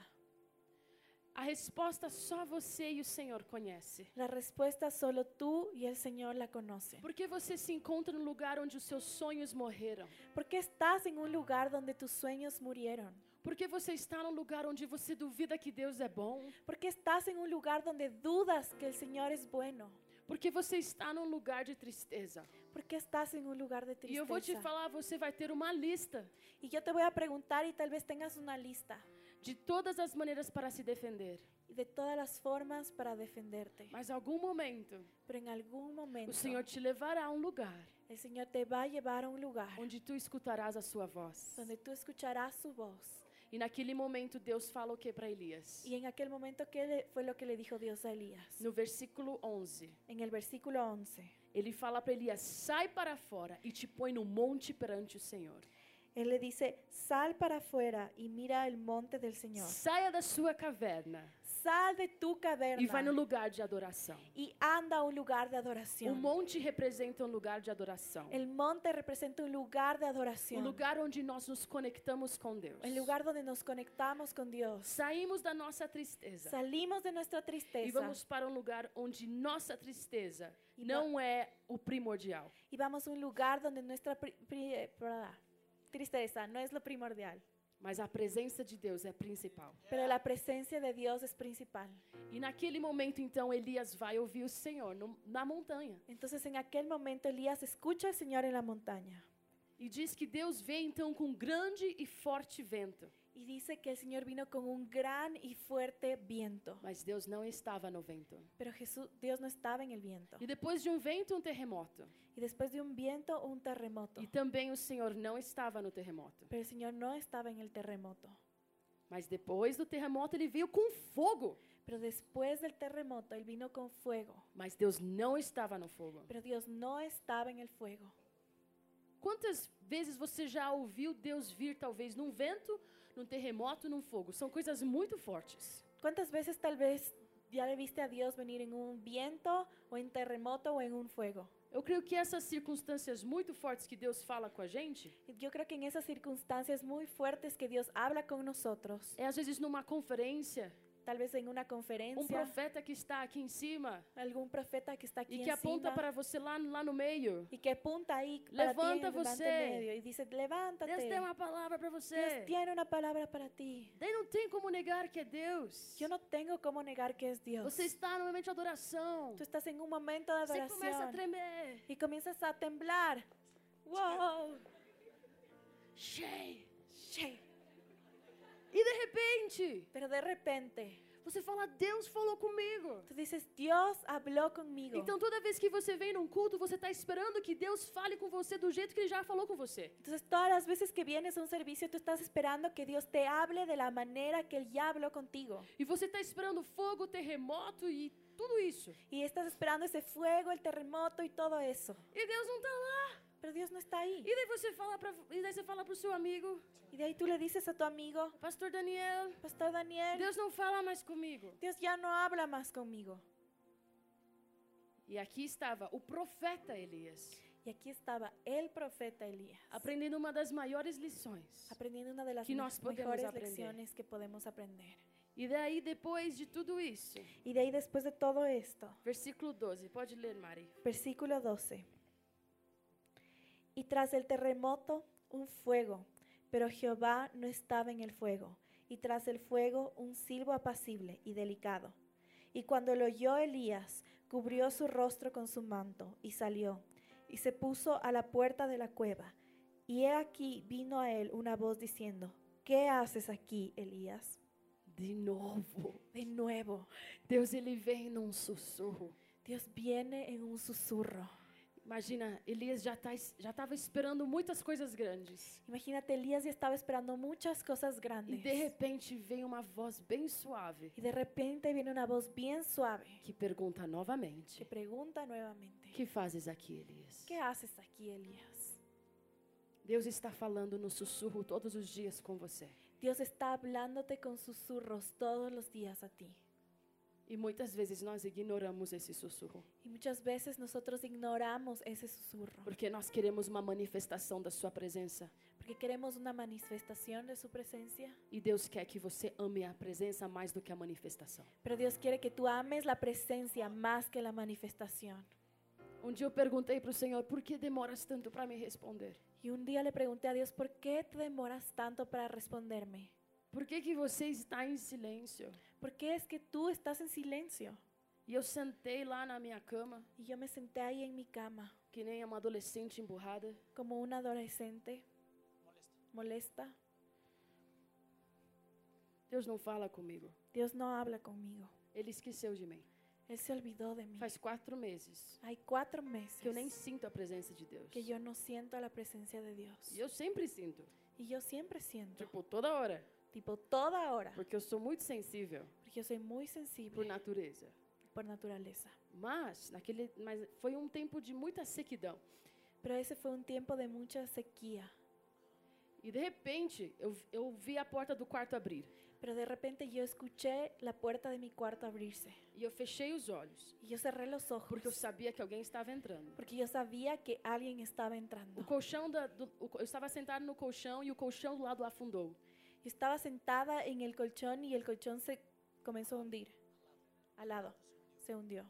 S2: A resposta só você e o Senhor conhece.
S3: La respuesta solo tú y el Señor la conocen.
S2: Por que você se encontra no lugar onde os seus sonhos morreram?
S3: ¿Por qué estás en un lugar donde tus sueños murieron?
S2: Por que você está num lugar onde você duvida que Deus é bom?
S3: ¿Por qué estás en un lugar donde dudas que el Señor es bueno?
S2: Por que você está num lugar de tristeza?
S3: ¿Por qué estás en un lugar de
S2: E eu vou te
S3: tristeza?
S2: falar, você vai ter uma lista
S3: Y yo te voy a preguntar y tal vez tengas una lista
S2: de todas as maneiras para se defender.
S3: de todas las formas para defenderte.
S2: Mas em algum momento,
S3: Pero en algún
S2: o
S3: momento
S2: Senhor te levará a um lugar
S3: el Señor te va a llevar a un lugar
S2: onde tu escutarás a sua voz.
S3: donde tú escucharás su voz.
S2: E naquele momento Deus fala o que para Elias?
S3: Y en aquel momento, ¿qué le- fue lo que le dijo Dios a Elías?
S2: No versículo 11,
S3: En el versículo 11,
S2: ele fala para Elias: "Sai para fora e te põe no monte perante o Senhor.
S3: Él le dice, sal para afuera y mira el monte del Señor.
S2: Saia da sua caverna
S3: Sal de tu
S2: e vai no
S3: caverna
S2: lugar de adoração."
S3: y anda a un lugar de
S2: O
S3: adoración.
S2: monte representa um lugar de adoração.
S3: El monte representa un lugar de
S2: Um
S3: adoración,
S2: lugar onde nós nos conectamos com Deus.
S3: el é um lugar donde nos conectamos con Dios.
S2: Saímos da nossa tristeza
S3: Salimos de nuestra
S2: e
S3: tristeza
S2: vamos para um lugar onde nossa tristeza
S3: E
S2: não é o primordial.
S3: y vamos a un lugar donde nuestra pri- pri- eh, pra- tristeza no es lo primordial,
S2: Mas a presença de Deus é principal.
S3: pero la presencia de Dios es principal.
S2: E naquele momento, então, Elias vai ouvir o Senhor no- na montanha.
S3: Entonces en aquel momento Elías escucha al Señor en la montaña
S2: E diz que Deus veio, então, com grande e forte vento.
S3: y dice que el Señor vino con un gran y fuerte viento,
S2: Mas Deus não estava no vento.
S3: pero Jesús, Dios no estaba en el viento.
S2: E depois de um vento, um terremoto.
S3: Y después de un viento un terremoto,
S2: E também o Senhor não estava no terremoto.
S3: pero el Señor no estaba en el terremoto.
S2: Mas depois do terremoto, ele veio com fogo.
S3: Pero después del terremoto Él vino con fuego,
S2: Mas Deus não estava no fogo.
S3: pero Dios no estaba en el fuego.
S2: Quantas vezes você já ouviu Deus vir, talvez, num vento, num terremoto, num fogo? São coisas muito fortes.
S3: ¿Cuántas veces tal vez ya le viste a Dios venir en un viento o en terremoto o en un fuego?
S2: Eu creio que essas circunstâncias muito fortes que Deus fala com a gente,
S3: Yo creo que en esas circunstancias muy fuertes que Dios habla con nosotros,
S2: é às vezes numa conferência,
S3: tal vez en una
S2: um
S3: conferencia,
S2: profeta que está aqui em cima
S3: algún profeta que está aquí
S2: e que aponta
S3: encima,
S2: para você lá, lá no meio.
S3: y que apunta ahí para ti en
S2: Levanta
S3: el volante
S2: você.
S3: medio y dice,
S2: Deus tem
S3: levántate,
S2: uma palavra para você.
S3: Dios tiene una palabra para ti.
S2: Daí não tem como negar que é Deus.
S3: Yo no tengo cómo negar que es Dios.
S2: Você está no momento de adoração.
S3: Tú estás en un momento de
S2: Você começa a
S3: adoración
S2: tremer.
S3: y comienzas a temblar. ¡Wow!
S2: Cheio.
S3: Shake.
S2: E de repente,
S3: Pero de repente,
S2: você fala, Deus falou comigo.
S3: tú dices, Dios habló conmigo.
S2: Então toda vez que você vem num culto, você está esperando que Deus fale com você do jeito que Ele já falou com você.
S3: Entonces todas las veces que vienes a un servicio, tú estás esperando que Dios te hable de la manera que Él ya habló contigo.
S2: E você está esperando fogo, terremoto e tudo isso.
S3: Y estás esperando ese fuego, el terremoto y todo eso.
S2: E Deus não está lá.
S3: Pero Dios no está ahí.
S2: E daí você fala para e daí você fala pro seu amigo,
S3: Y de ahí tú le dices a tu amigo,
S2: Pastor Daniel,
S3: Pastor Daniel,
S2: Deus não fala mais comigo.
S3: Dios ya no habla más conmigo.
S2: E aqui estava o profeta Elias,
S3: Y aquí estaba el profeta Elías,
S2: aprendendo uma das maiores lições.
S3: aprendiendo una de las
S2: Que
S3: me-
S2: nos podemos
S3: mejores
S2: aprender.
S3: lecciones que podemos aprender.
S2: E daí depois de tudo isso,
S3: Y de ahí después de todo esto,
S2: versículo 12, pode ler, Mari.
S3: Versículo 12. Y tras el terremoto un fuego, pero Jehová no estaba en el fuego, y tras el fuego un silbo apacible y delicado. Y cuando lo oyó Elías, cubrió su rostro con su manto, y salió, y se puso a la puerta de la cueva. Y he aquí vino a él una voz diciendo, ¿qué haces aquí, Elías?
S2: De novo.
S3: De nuevo,
S2: Deus ele vem num sussurro.
S3: Dios viene en un susurro.
S2: Imagina, Elias já tá, es- já estava esperando muitas coisas grandes.
S3: Imagínate, Elías ya estaba esperando muchas cosas
S2: E
S3: grandes.
S2: de repente vem uma voz bem suave
S3: Y de repente viene una voz bien suave
S2: que pergunta
S3: que
S2: novamente:
S3: pregunta nuevamente,
S2: Que fazes aqui, Elias?
S3: ¿qué haces aquí, Elías?
S2: Deus está falando no sussurro todos os dias com você.
S3: Dios está hablándote con susurros todos los días a ti.
S2: E muitas vezes nós ignoramos esse sussurro,
S3: Y muchas veces nosotros ignoramos ese susurro
S2: porque nós queremos uma manifestação da sua presença.
S3: porque queremos una manifestación de su presencia.
S2: E Deus quer que você ame a presença mais do que a manifestação.
S3: Pero Dios quiere que tú ames la presencia más que la manifestación.
S2: Um dia eu perguntei para o Senhor: Por que demoras tanto para me responder?
S3: Y un día le pregunté a Dios, ¿por qué te demoras tanto para responderme?
S2: Por que, que você está em silêncio?
S3: ¿Por qué es que tú estás en silencio?
S2: E eu sentei lá na minha cama,
S3: Y yo me senté ahí en mi cama,
S2: que nem uma adolescente emburrada,
S3: como un adolescente molesta.
S2: Deus não fala comigo.
S3: Dios no habla conmigo.
S2: Ele esqueceu de mim.
S3: Él se olvidó de mí.
S2: Faz quatro meses
S3: Hay cuatro meses
S2: que eu nem sinto a presença de Deus.
S3: que yo no siento la presencia de Dios.
S2: E eu sempre sinto,
S3: Y yo siempre siento,
S2: tipo, toda hora,
S3: tipo toda hora,
S2: porque eu sou muito sensível
S3: porque yo soy muy
S2: por
S3: sensible
S2: natureza.
S3: por naturaleza.
S2: Mas, naquele, mas foi um tempo de muita sequidão.
S3: Pero ese fue un tiempo de mucha sequía.
S2: E de repente, eu, eu vi a porta do quarto abrir.
S3: Pero de repente yo escuché la puerta de mi cuarto abrirse.
S2: E eu fechei os olhos,
S3: Y yo cerré los
S2: porque eu
S3: ojos
S2: sabia que alguém estava entrando.
S3: porque yo sabía que alguien estaba
S2: O
S3: entrando.
S2: colchão da, do, o co- eu estava sentado no colchão e o colchão do lado afundou.
S3: Yo estaba sentada en el colchón y el colchón se comenzó a hundir. Al lado. Se hundió.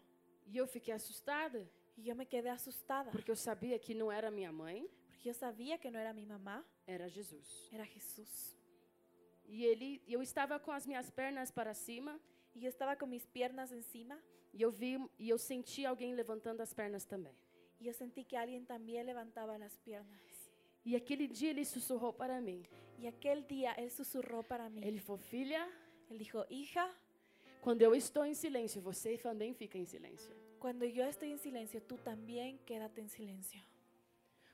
S2: E eu fiquei assustada,
S3: Y yo me quedé asustada.
S2: porque eu sabia que não era minha mãe,
S3: Porque yo sabía que no era mi mamá,
S2: era Jesus.
S3: era Jesús.
S2: E ele, e eu estava com as minas pernas para cima,
S3: Y yo estaba con mis piernas encima
S2: e eu vi e eu senti alguém levantando as pernas também.
S3: y yo sentí que alguien también levantaba las piernas.
S2: E aquele dia ele sussurrou para mim.
S3: Y aquel día él susurró para mí.
S2: Ele falou: "Filha,
S3: Él dijo, hija,
S2: quando eu estou em silêncio, você também fica em silêncio,
S3: cuando yo estoy en silencio, tú también quédate en silencio.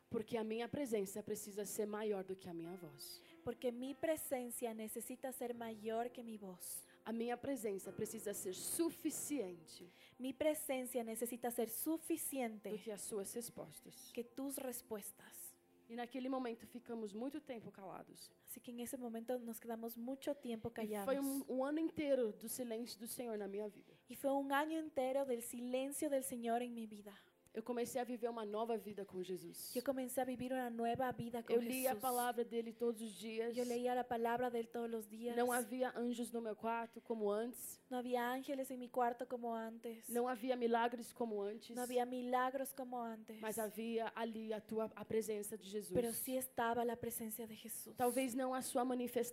S2: porque a minha presença precisa ser maior do que a minha voz.
S3: Porque mi presencia necesita ser mayor que mi voz.
S2: A minha presença precisa ser suficiente
S3: Mi presencia necesita ser
S2: do
S3: suficiente
S2: que as suas respostas."
S3: que tus respuestas.
S2: E naquele momento ficamos muito tempo calados.
S3: Así que en ese momento nos quedamos mucho tiempo
S2: E
S3: callados.
S2: foi um, um ano inteiro do silêncio do Senhor na minha vida.
S3: Y fue un año entero del silencio del Señor en mi vida.
S2: eu comecei a viver uma nova vida com Jesus.
S3: Yo comencé a vivir una nueva vida con
S2: Eu lia a
S3: Jesús.
S2: palavra dele todos os dias.
S3: Yo leía la palabra de él todos los días.
S2: Não havia anjos no meu quarto como antes.
S3: No había ángeles en mi cuarto como antes.
S2: Não havia milagres como antes.
S3: No había milagros como antes.
S2: Mas havia ali a tua a presença de Jesus.
S3: Pero sí estaba la presencia de Jesús.
S2: Talvez não a sua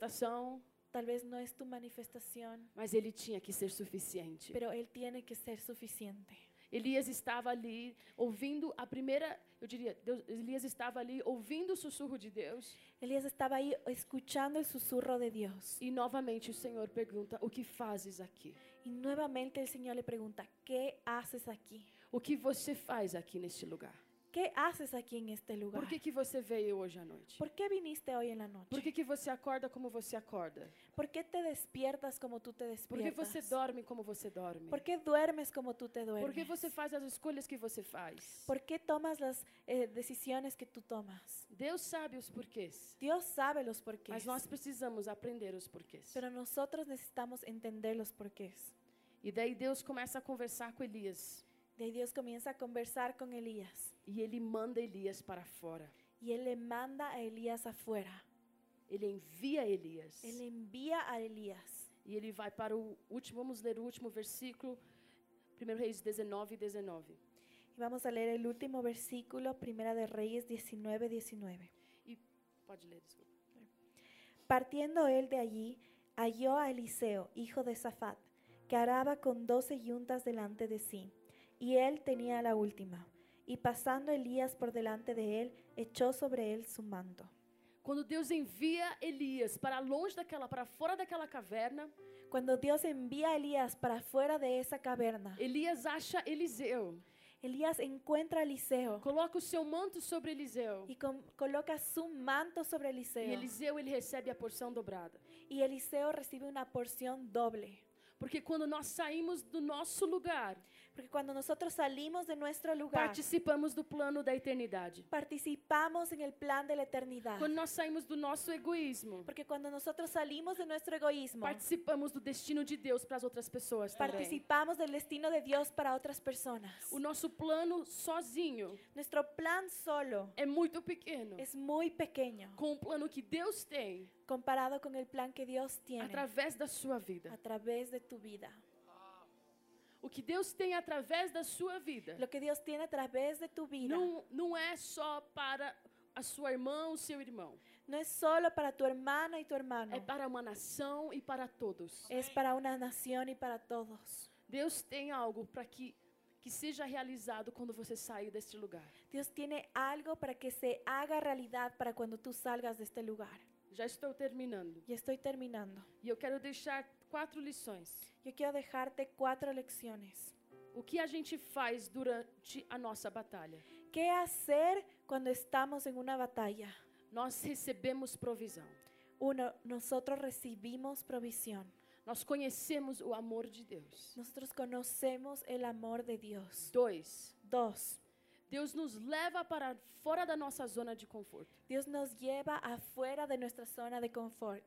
S2: manifestação,
S3: Tal vez no es tu manifestación,
S2: mas ele tinha que ser suficiente.
S3: pero él tiene que ser suficiente.
S2: Elias estava ali ouvindo a primeira, eu diria, Deus, Elias estava ali ouvindo o sussurro de Deus
S3: Elías estaba ahí escuchando el susurro de Dios.
S2: e novamente o Senhor pergunta: "O que fazes aqui?
S3: Y nuevamente el Señor le pregunta, ¿qué haces aquí?
S2: O que você faz aqui neste lugar?
S3: ¿Qué haces aquí en este lugar?
S2: Por que que você veio hoje à noite?
S3: ¿Por qué viniste hoy en la noche?
S2: Por que que você acorda como você acorda?
S3: ¿Por qué te despiertas como tú te
S2: Por que
S3: despiertas?
S2: você dorme como você dorme?
S3: ¿Por qué duermes como tú te duermes?
S2: Por que você faz as escolhas que você faz?
S3: ¿Por qué tomas las eh, decisiones que tú tomas?
S2: Deus sabe os porquês,
S3: Dios sabe los porqués,
S2: mas nós precisamos aprender os porquês.
S3: pero nosotros necesitamos entender los porqués.
S2: E daí Deus começa a conversar com Elias
S3: De ahí Dios comienza a conversar con Elías
S2: e ele manda Elias para fora.
S3: y él le manda a Elías afuera.
S2: Ele envia Elias
S3: Él envía a Elías
S2: e ele vai para o último, vamos ler o último versículo, 1 Reis 19, 19.
S3: Y vamos a leer el último versículo, Primera de Reyes 19, 19.
S2: E pode ler, desculpa.
S3: Partiendo él de allí, halló a Eliseo, hijo de Safat, que araba con doce yuntas delante de sí, y él tenía la última. Y pasando Elías por delante de él, echó sobre él su manto.
S2: Quando Deus envia Elias para longe daquela, para fora daquela caverna,
S3: Cuando Dios envía a Elías para fuera de esa caverna,
S2: Elias acha Eliseu,
S3: Elías encuentra a Eliseo
S2: coloca o seu manto sobre Eliseu.
S3: y com- coloca su manto sobre
S2: E
S3: Eliseo.
S2: Eliseu ele recebe a porção dobrada.
S3: Y Eliseo recibe una porción doble.
S2: Porque quando nós saímos do nosso lugar,
S3: Porque cuando nosotros salimos de nuestro lugar,
S2: participamos do plano da eternidade.
S3: participamos en el plan de la eternidad.
S2: Quando nós saímos do nosso egoísmo,
S3: Porque cuando nosotros salimos de nuestro egoísmo,
S2: participamos do destino de Deus para as outras pessoas também.
S3: participamos del destino de Dios para otras personas.
S2: O nosso plano sozinho
S3: Nuestro plan solo
S2: é muito pequeno
S3: es muy pequeño
S2: com o plano que Deus tem
S3: comparado con el plan que Dios tiene
S2: através da sua
S3: a
S2: vida.
S3: través de tu vida.
S2: O que Deus tem através da sua vida
S3: Lo que Dios tiene a través de tu vida
S2: não, não é só para a sua irmã ou seu irmão.
S3: no es solo para tu hermana y tu
S2: É
S3: hermano,
S2: para uma nação e para todos.
S3: es para una nación y para todos.
S2: Deus tem algo para que que seja realizado quando você sair deste lugar.
S3: Dios tiene algo para que se haga realidad para cuando tú salgas de este lugar.
S2: Já estou terminando
S3: Y estoy terminando.
S2: e eu quero deixar quatro lições.
S3: Yo quiero dejarte cuatro lecciones.
S2: O que a gente faz durante a nossa batalha?
S3: ¿Qué hacer cuando estamos en una batalla?
S2: Nós recebemos provisão.
S3: Uno, nosotros recibimos provisión.
S2: Nós conhecemos o amor de Deus.
S3: Nosotros conocemos el amor de Dios.
S2: Dois,
S3: Dos,
S2: Deus nos leva para fora da nossa zona de conforto.
S3: Dios nos lleva afuera de nuestra zona de confort.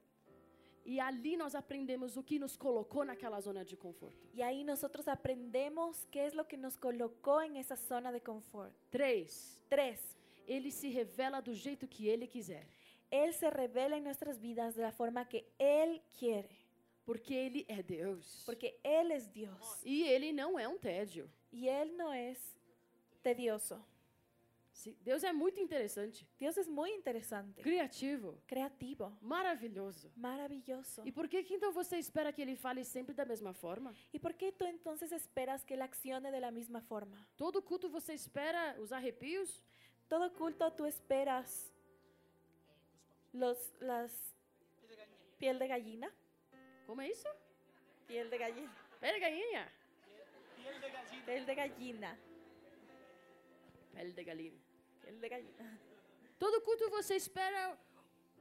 S2: E ali nós aprendemos o que nos colocou naquela zona de conforto.
S3: Y ahí nosotros aprendemos qué es lo que nos colocó en esa zona de confort.
S2: Três,
S3: Tres,
S2: Ele se revela do jeito que Ele quiser,
S3: Él se revela en nuestras vidas de la forma que Él quiere,
S2: porque Ele é Deus.
S3: porque Él es Dios
S2: E Ele não é um tédio.
S3: y Él no es tedioso.
S2: Se- Deus é muito interessante,
S3: Dios es muy interesante,
S2: criativo,
S3: creativo,
S2: maravilhoso.
S3: maravilloso.
S2: E por que, que então você espera que ele fale sempre da mesma forma?
S3: ¿Y por qué tú entonces esperas que Él accione de la misma forma?
S2: Todo culto você espera os arrepios?
S3: Todo culto tú esperas los, las piel de gallina,
S2: Como é isso?
S3: piel de gallina,
S2: Pele de galinha.
S3: piel de gallina,
S2: Pele de galinha.
S3: piel de gallina.
S2: Todo culto você espera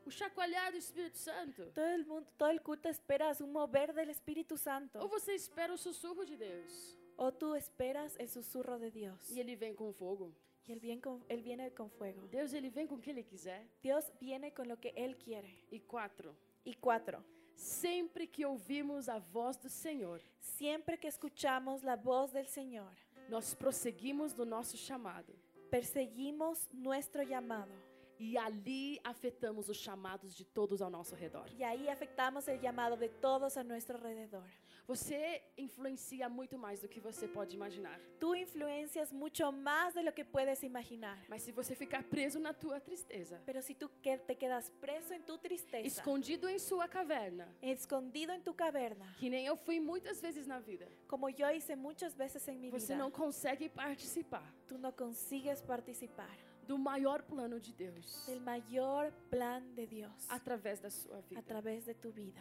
S2: o chacoalhar do Espírito Santo?
S3: Todo el mundo, todo el culto esperas un mover del Espíritu
S2: Ou
S3: Santo
S2: você espera o sussurro de Deus?
S3: o tú esperas el susurro de Dios.
S2: E ele vem com fogo.
S3: Y él, bien con- él viene con fuego.
S2: Deus, ele vem com o que ele quiser.
S3: Dios viene con lo que él quiere.
S2: E quatro.
S3: Y cuatro.
S2: Sempre que ouvimos a voz do Senhor,
S3: Siempre que escuchamos la voz del Señor,
S2: Nós prosseguimos no nosso chamado.
S3: Perseguimos nuestro llamado
S2: E ali afetamos os chamados de todos ao nosso redor.
S3: y ahí afectamos el llamado de todos a nuestro alrededor.
S2: Você influencia muito mais do que você pode imaginar.
S3: Tú influencias mucho más de lo que puedes imaginar.
S2: Mas se você ficar preso na tua tristeza,
S3: Pero si tú que- te quedas preso en tu tristeza,
S2: escondido em sua caverna,
S3: escondido en tu caverna,
S2: que nem eu fui muitas vezes na vida,
S3: como yo hice muchas veces en mi
S2: você
S3: vida,
S2: não consegue participar
S3: tú no consigues participar
S2: do maior plano de Deus
S3: del mayor plan de Dios
S2: através da sua
S3: a
S2: vida.
S3: través de tu vida.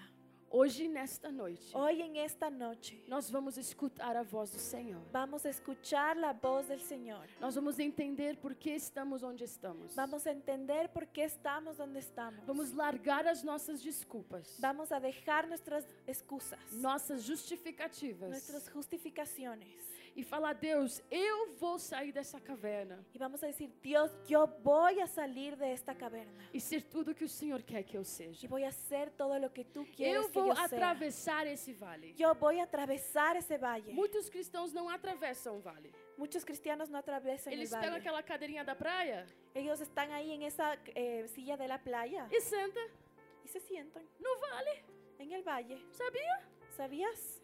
S2: Hoje, nesta noite,
S3: Hoy en esta noche
S2: nós vamos escutar a voz do Senhor.
S3: vamos a escuchar la voz del Señor.
S2: Nós vamos entender por que estamos onde estamos.
S3: Vamos a entender por qué estamos donde estamos.
S2: Vamos largar as nossas desculpas,
S3: Vamos a dejar nuestras excusas,
S2: nossas justificativas
S3: nuestras justificaciones.
S2: e falar: Deus, eu vou sair dessa caverna
S3: Y vamos a decir, Dios, yo voy a salir de esta caverna.
S2: e ser tudo que o Senhor quer que eu
S3: Y
S2: seja.
S3: voy a hacer todo lo que tú quieres
S2: Eu
S3: que
S2: vou
S3: yo sea.
S2: atravessar esse vale.
S3: Yo voy a atravesar ese valle.
S2: Muitos cristãos não atravessam o vale.
S3: Muchos cristianos no atraviesan el
S2: Eles pegam
S3: valle.
S2: aquela cadeirinha da praia
S3: Ellos están ahí en esa eh, silla de la playa
S2: e senta
S3: y se sientan
S2: no vale.
S3: en el valle.
S2: Sabia?
S3: ¿Sabías?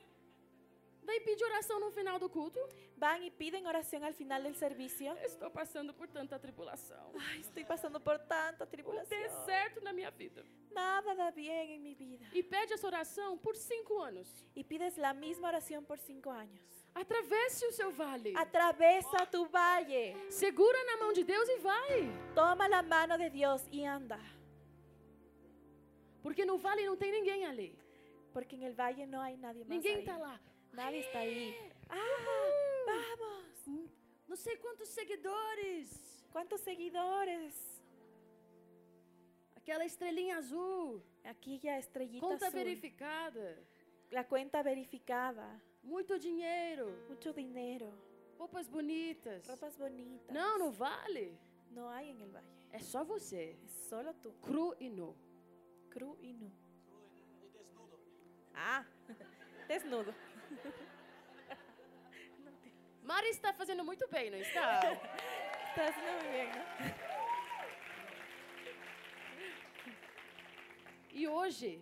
S2: Daí pede oração no final do culto.
S3: Van y piden oración al final del servicio.
S2: Estou passando por tanta tribulação.
S3: Ay, estoy pasando por tanta
S2: Um
S3: tribulación.
S2: deserto na minha vida.
S3: Nada da bien en mi vida.
S2: E pede essa oração por cinco anos.
S3: Y pides la misma oración por cinco años.
S2: Atravesse o seu vale.
S3: Atravesa tu valle.
S2: Segura na mão de Deus e vai.
S3: Toma la mano de Dios y anda.
S2: Porque no vale não tem ninguém ali.
S3: Porque en el valle no hay nadie más.
S2: Ninguém
S3: ahí.
S2: está lá.
S3: Nadie está ahí.
S2: Ah,
S3: Vamos.
S2: não sei quantos seguidores.
S3: ¿Cuántos seguidores?
S2: Aquela estrelinha azul.
S3: Aquí ya estrellita
S2: Conta
S3: azul.
S2: verificada.
S3: La cuenta verificada.
S2: Muito dinheiro.
S3: Mucho dinero.
S2: Roupas bonitas.
S3: Ropas bonitas.
S2: Não, não vale.
S3: No hay en el valle.
S2: É só você.
S3: Es solo tú.
S2: Cru e nu.
S3: Cru y nu. Ah, desnudo.
S2: Mari está fazendo muito bem, não está?
S3: Estás muy bien, ¿no?
S2: e hoje,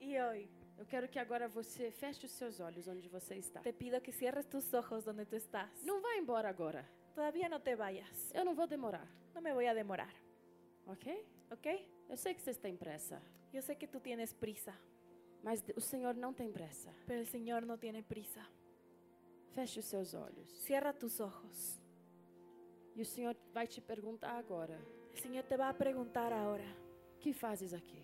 S3: Y hoy
S2: eu quero que agora você feche os seus olhos onde você está.
S3: te pido que cierres tus ojos donde tú estás.
S2: Não vá embora agora.
S3: Todavía no te vayas.
S2: Eu não vou demorar,
S3: No me voy a demorar,
S2: ok?
S3: ¿ok?
S2: Eu sei que vocês têm pressa,
S3: Yo sé que tú tienes prisa,
S2: mas de- o Senhor não tem pressa.
S3: pero el Señor no tiene prisa.
S2: Feche os seus olhos.
S3: Cierra tus ojos.
S2: E o Senhor vai te perguntar agora:
S3: El Señor te va a preguntar ahora,
S2: que fazes aqui?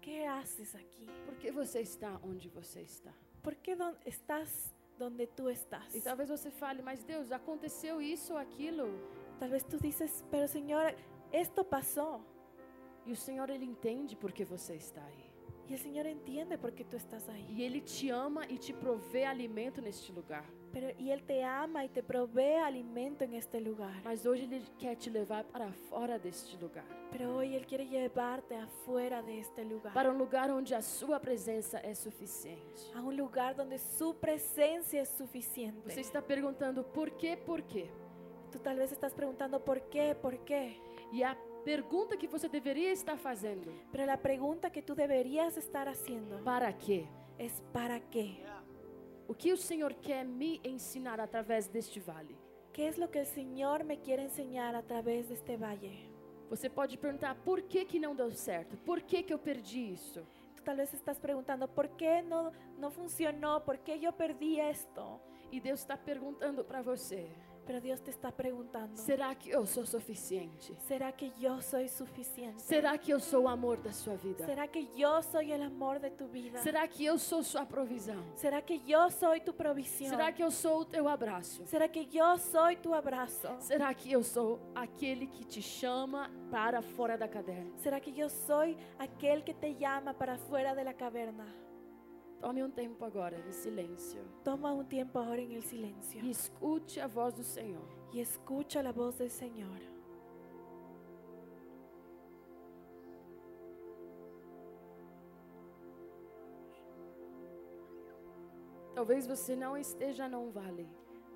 S3: ¿qué haces aquí?
S2: Por que você está onde você está?
S3: ¿Por qué don- estás donde tú estás?
S2: E talvez você fale, mas Deus, aconteceu isso ou aquilo?
S3: Tal vez tú dices, pero Señor, esto pasó.
S2: E o Senhor, Ele entende por que você está aí.
S3: Y el Señor entiende por qué tú estás ahí.
S2: E Ele te ama e te provê alimento neste lugar.
S3: Pero, y Él te ama y te provee alimento en este lugar.
S2: Mas hoje Ele quer te levar para fora deste lugar
S3: Pero hoy Él quiere llevarte afuera de este lugar.
S2: para um lugar onde a Sua presença é suficiente.
S3: A un lugar donde su presencia es suficiente.
S2: Você está perguntando por quê, por quê?
S3: Tú tal vez estás preguntando por qué, por qué.
S2: E a pergunta que você deveria estar fazendo,
S3: Pero la pregunta que tú deberías estar haciendo
S2: para quê?
S3: es ¿para qué?
S2: O que o Senhor quer me ensinar através deste vale?
S3: ¿Qué es lo que el Señor me quiere enseñar a través de este valle?
S2: Você pode perguntar por que que não deu certo? Por que que eu perdi isso?
S3: Tú tal vez estás preguntando por qué no, no funcionó, por qué yo perdí esto.
S2: E Deus está perguntando para você:
S3: Pero Dios te está preguntando,
S2: será que eu sou suficiente?
S3: ¿será que yo soy suficiente?
S2: Será que eu sou o amor da sua vida?
S3: ¿Será que yo soy el amor de tu vida?
S2: Será que eu sou sua provisão?
S3: ¿Será que yo soy tu provisión?
S2: Será que eu sou o teu abraço?
S3: ¿Será que yo soy tu abrazo?
S2: Será que eu sou aquele que te chama para fora da caverna?
S3: ¿Será que yo soy aquel que te llama para fuera de la caverna?
S2: Tome um tempo agora em silêncio
S3: Toma un tiempo ahora en el silencio
S2: e escute a voz do Senhor.
S3: y escucha la voz del Señor.
S2: Talvez você não esteja num vale,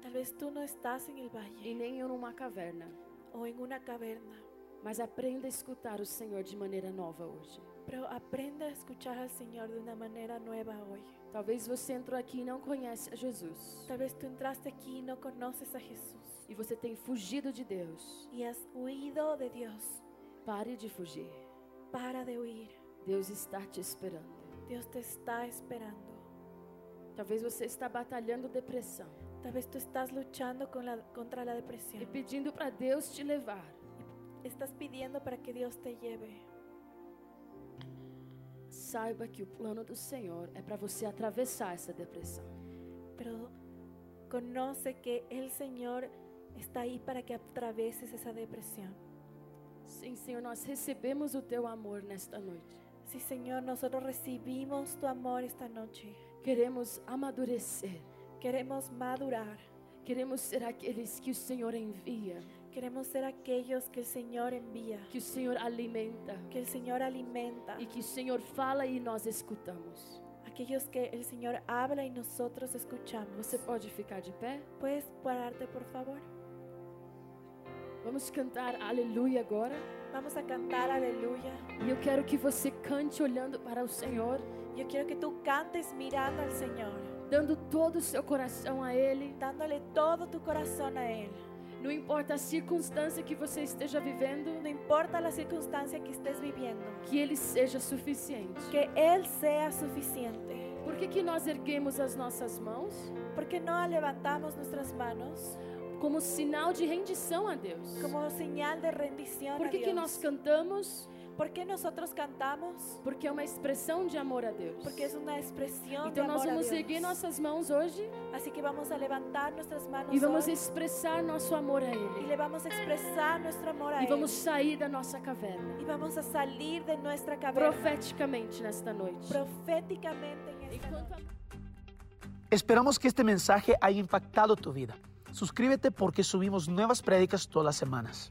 S3: Tal vez tú no estás en el
S2: e
S3: valle
S2: nem eu numa caverna,
S3: o en una caverna,
S2: mas aprenda a escutar o Senhor de maneira nova hoje.
S3: pero aprende a escuchar al Señor de una manera nueva hoy.
S2: Talvez você entrou aqui e não conhece a Jesus.
S3: Tal vez tú entraste aquí y no conoces a Jesús
S2: E você tem fugido de Deus.
S3: y has huido de Dios.
S2: Pare de fugir.
S3: Para de huir.
S2: Deus está te esperando.
S3: Dios te está esperando.
S2: Talvez você está batalhando depressão
S3: Tal vez tú estás luchando con la- contra la
S2: e
S3: depresión.
S2: pedindo para Deus te levar.
S3: Estás pidiendo para que Dios te lleve.
S2: Saiba que o plano do Senhor é para você atravessar essa depressão.
S3: Pero conoce que el Señor está ahí para que atravieses esa depresión.
S2: Sim, Senhor, nós recebemos o teu amor nesta noite.
S3: Sí, Señor, nosotros recibimos tu amor esta noche.
S2: Queremos amadurecer.
S3: Queremos madurar.
S2: Queremos ser aqueles que o Senhor envia,
S3: Queremos ser aquellos que el Señor envía,
S2: que o Senhor alimenta
S3: que el Señor alimenta,
S2: e que o Senhor fala e nós escutamos.
S3: aquellos que el Señor habla y nosotros escuchamos.
S2: Você pode ficar de pé?
S3: ¿Puedes pararte, por favor?
S2: Vamos cantar aleluia agora.
S3: Vamos a cantar aleluya.
S2: E eu quero que você cante olhando para o Senhor,
S3: Yo quiero que tú cantes mirando al Señor,
S2: dando todo o seu coração a Ele.
S3: dándole todo tu corazón a Él.
S2: Não importa a circunstância que você esteja vivendo,
S3: No importa la circunstancia que estés viviendo,
S2: que Ele seja suficiente.
S3: que Él sea suficiente.
S2: Por que, que nós erguemos as nossas mãos?
S3: ¿Por qué no levantamos nuestras manos
S2: Como sinal de rendição a Deus.
S3: como señal de rendición?
S2: Por
S3: a
S2: que, que
S3: Dios?
S2: nós cantamos?
S3: ¿Por qué nosotros cantamos?
S2: Porque é uma expressão de amor a Deus.
S3: Porque es una expresión de
S2: Então nós
S3: amor a
S2: vamos
S3: Dios.
S2: erguer nossas mãos hoje
S3: Así que vamos a levantar nuestras manos
S2: e vamos
S3: hoy
S2: expressar nosso amor a
S3: y
S2: Ele.
S3: le vamos a expresar nuestro amor a
S2: E vamos
S3: Él.
S2: sair da nossa caverna.
S3: Y vamos a salir de nuestra caverna
S2: Profeticamente nesta noite.
S3: proféticamente en esta noche.
S2: Enquanto a...
S1: Esperamos que este mensaje haya impactado tu vida. Suscríbete porque subimos nuevas prédicas todas las semanas.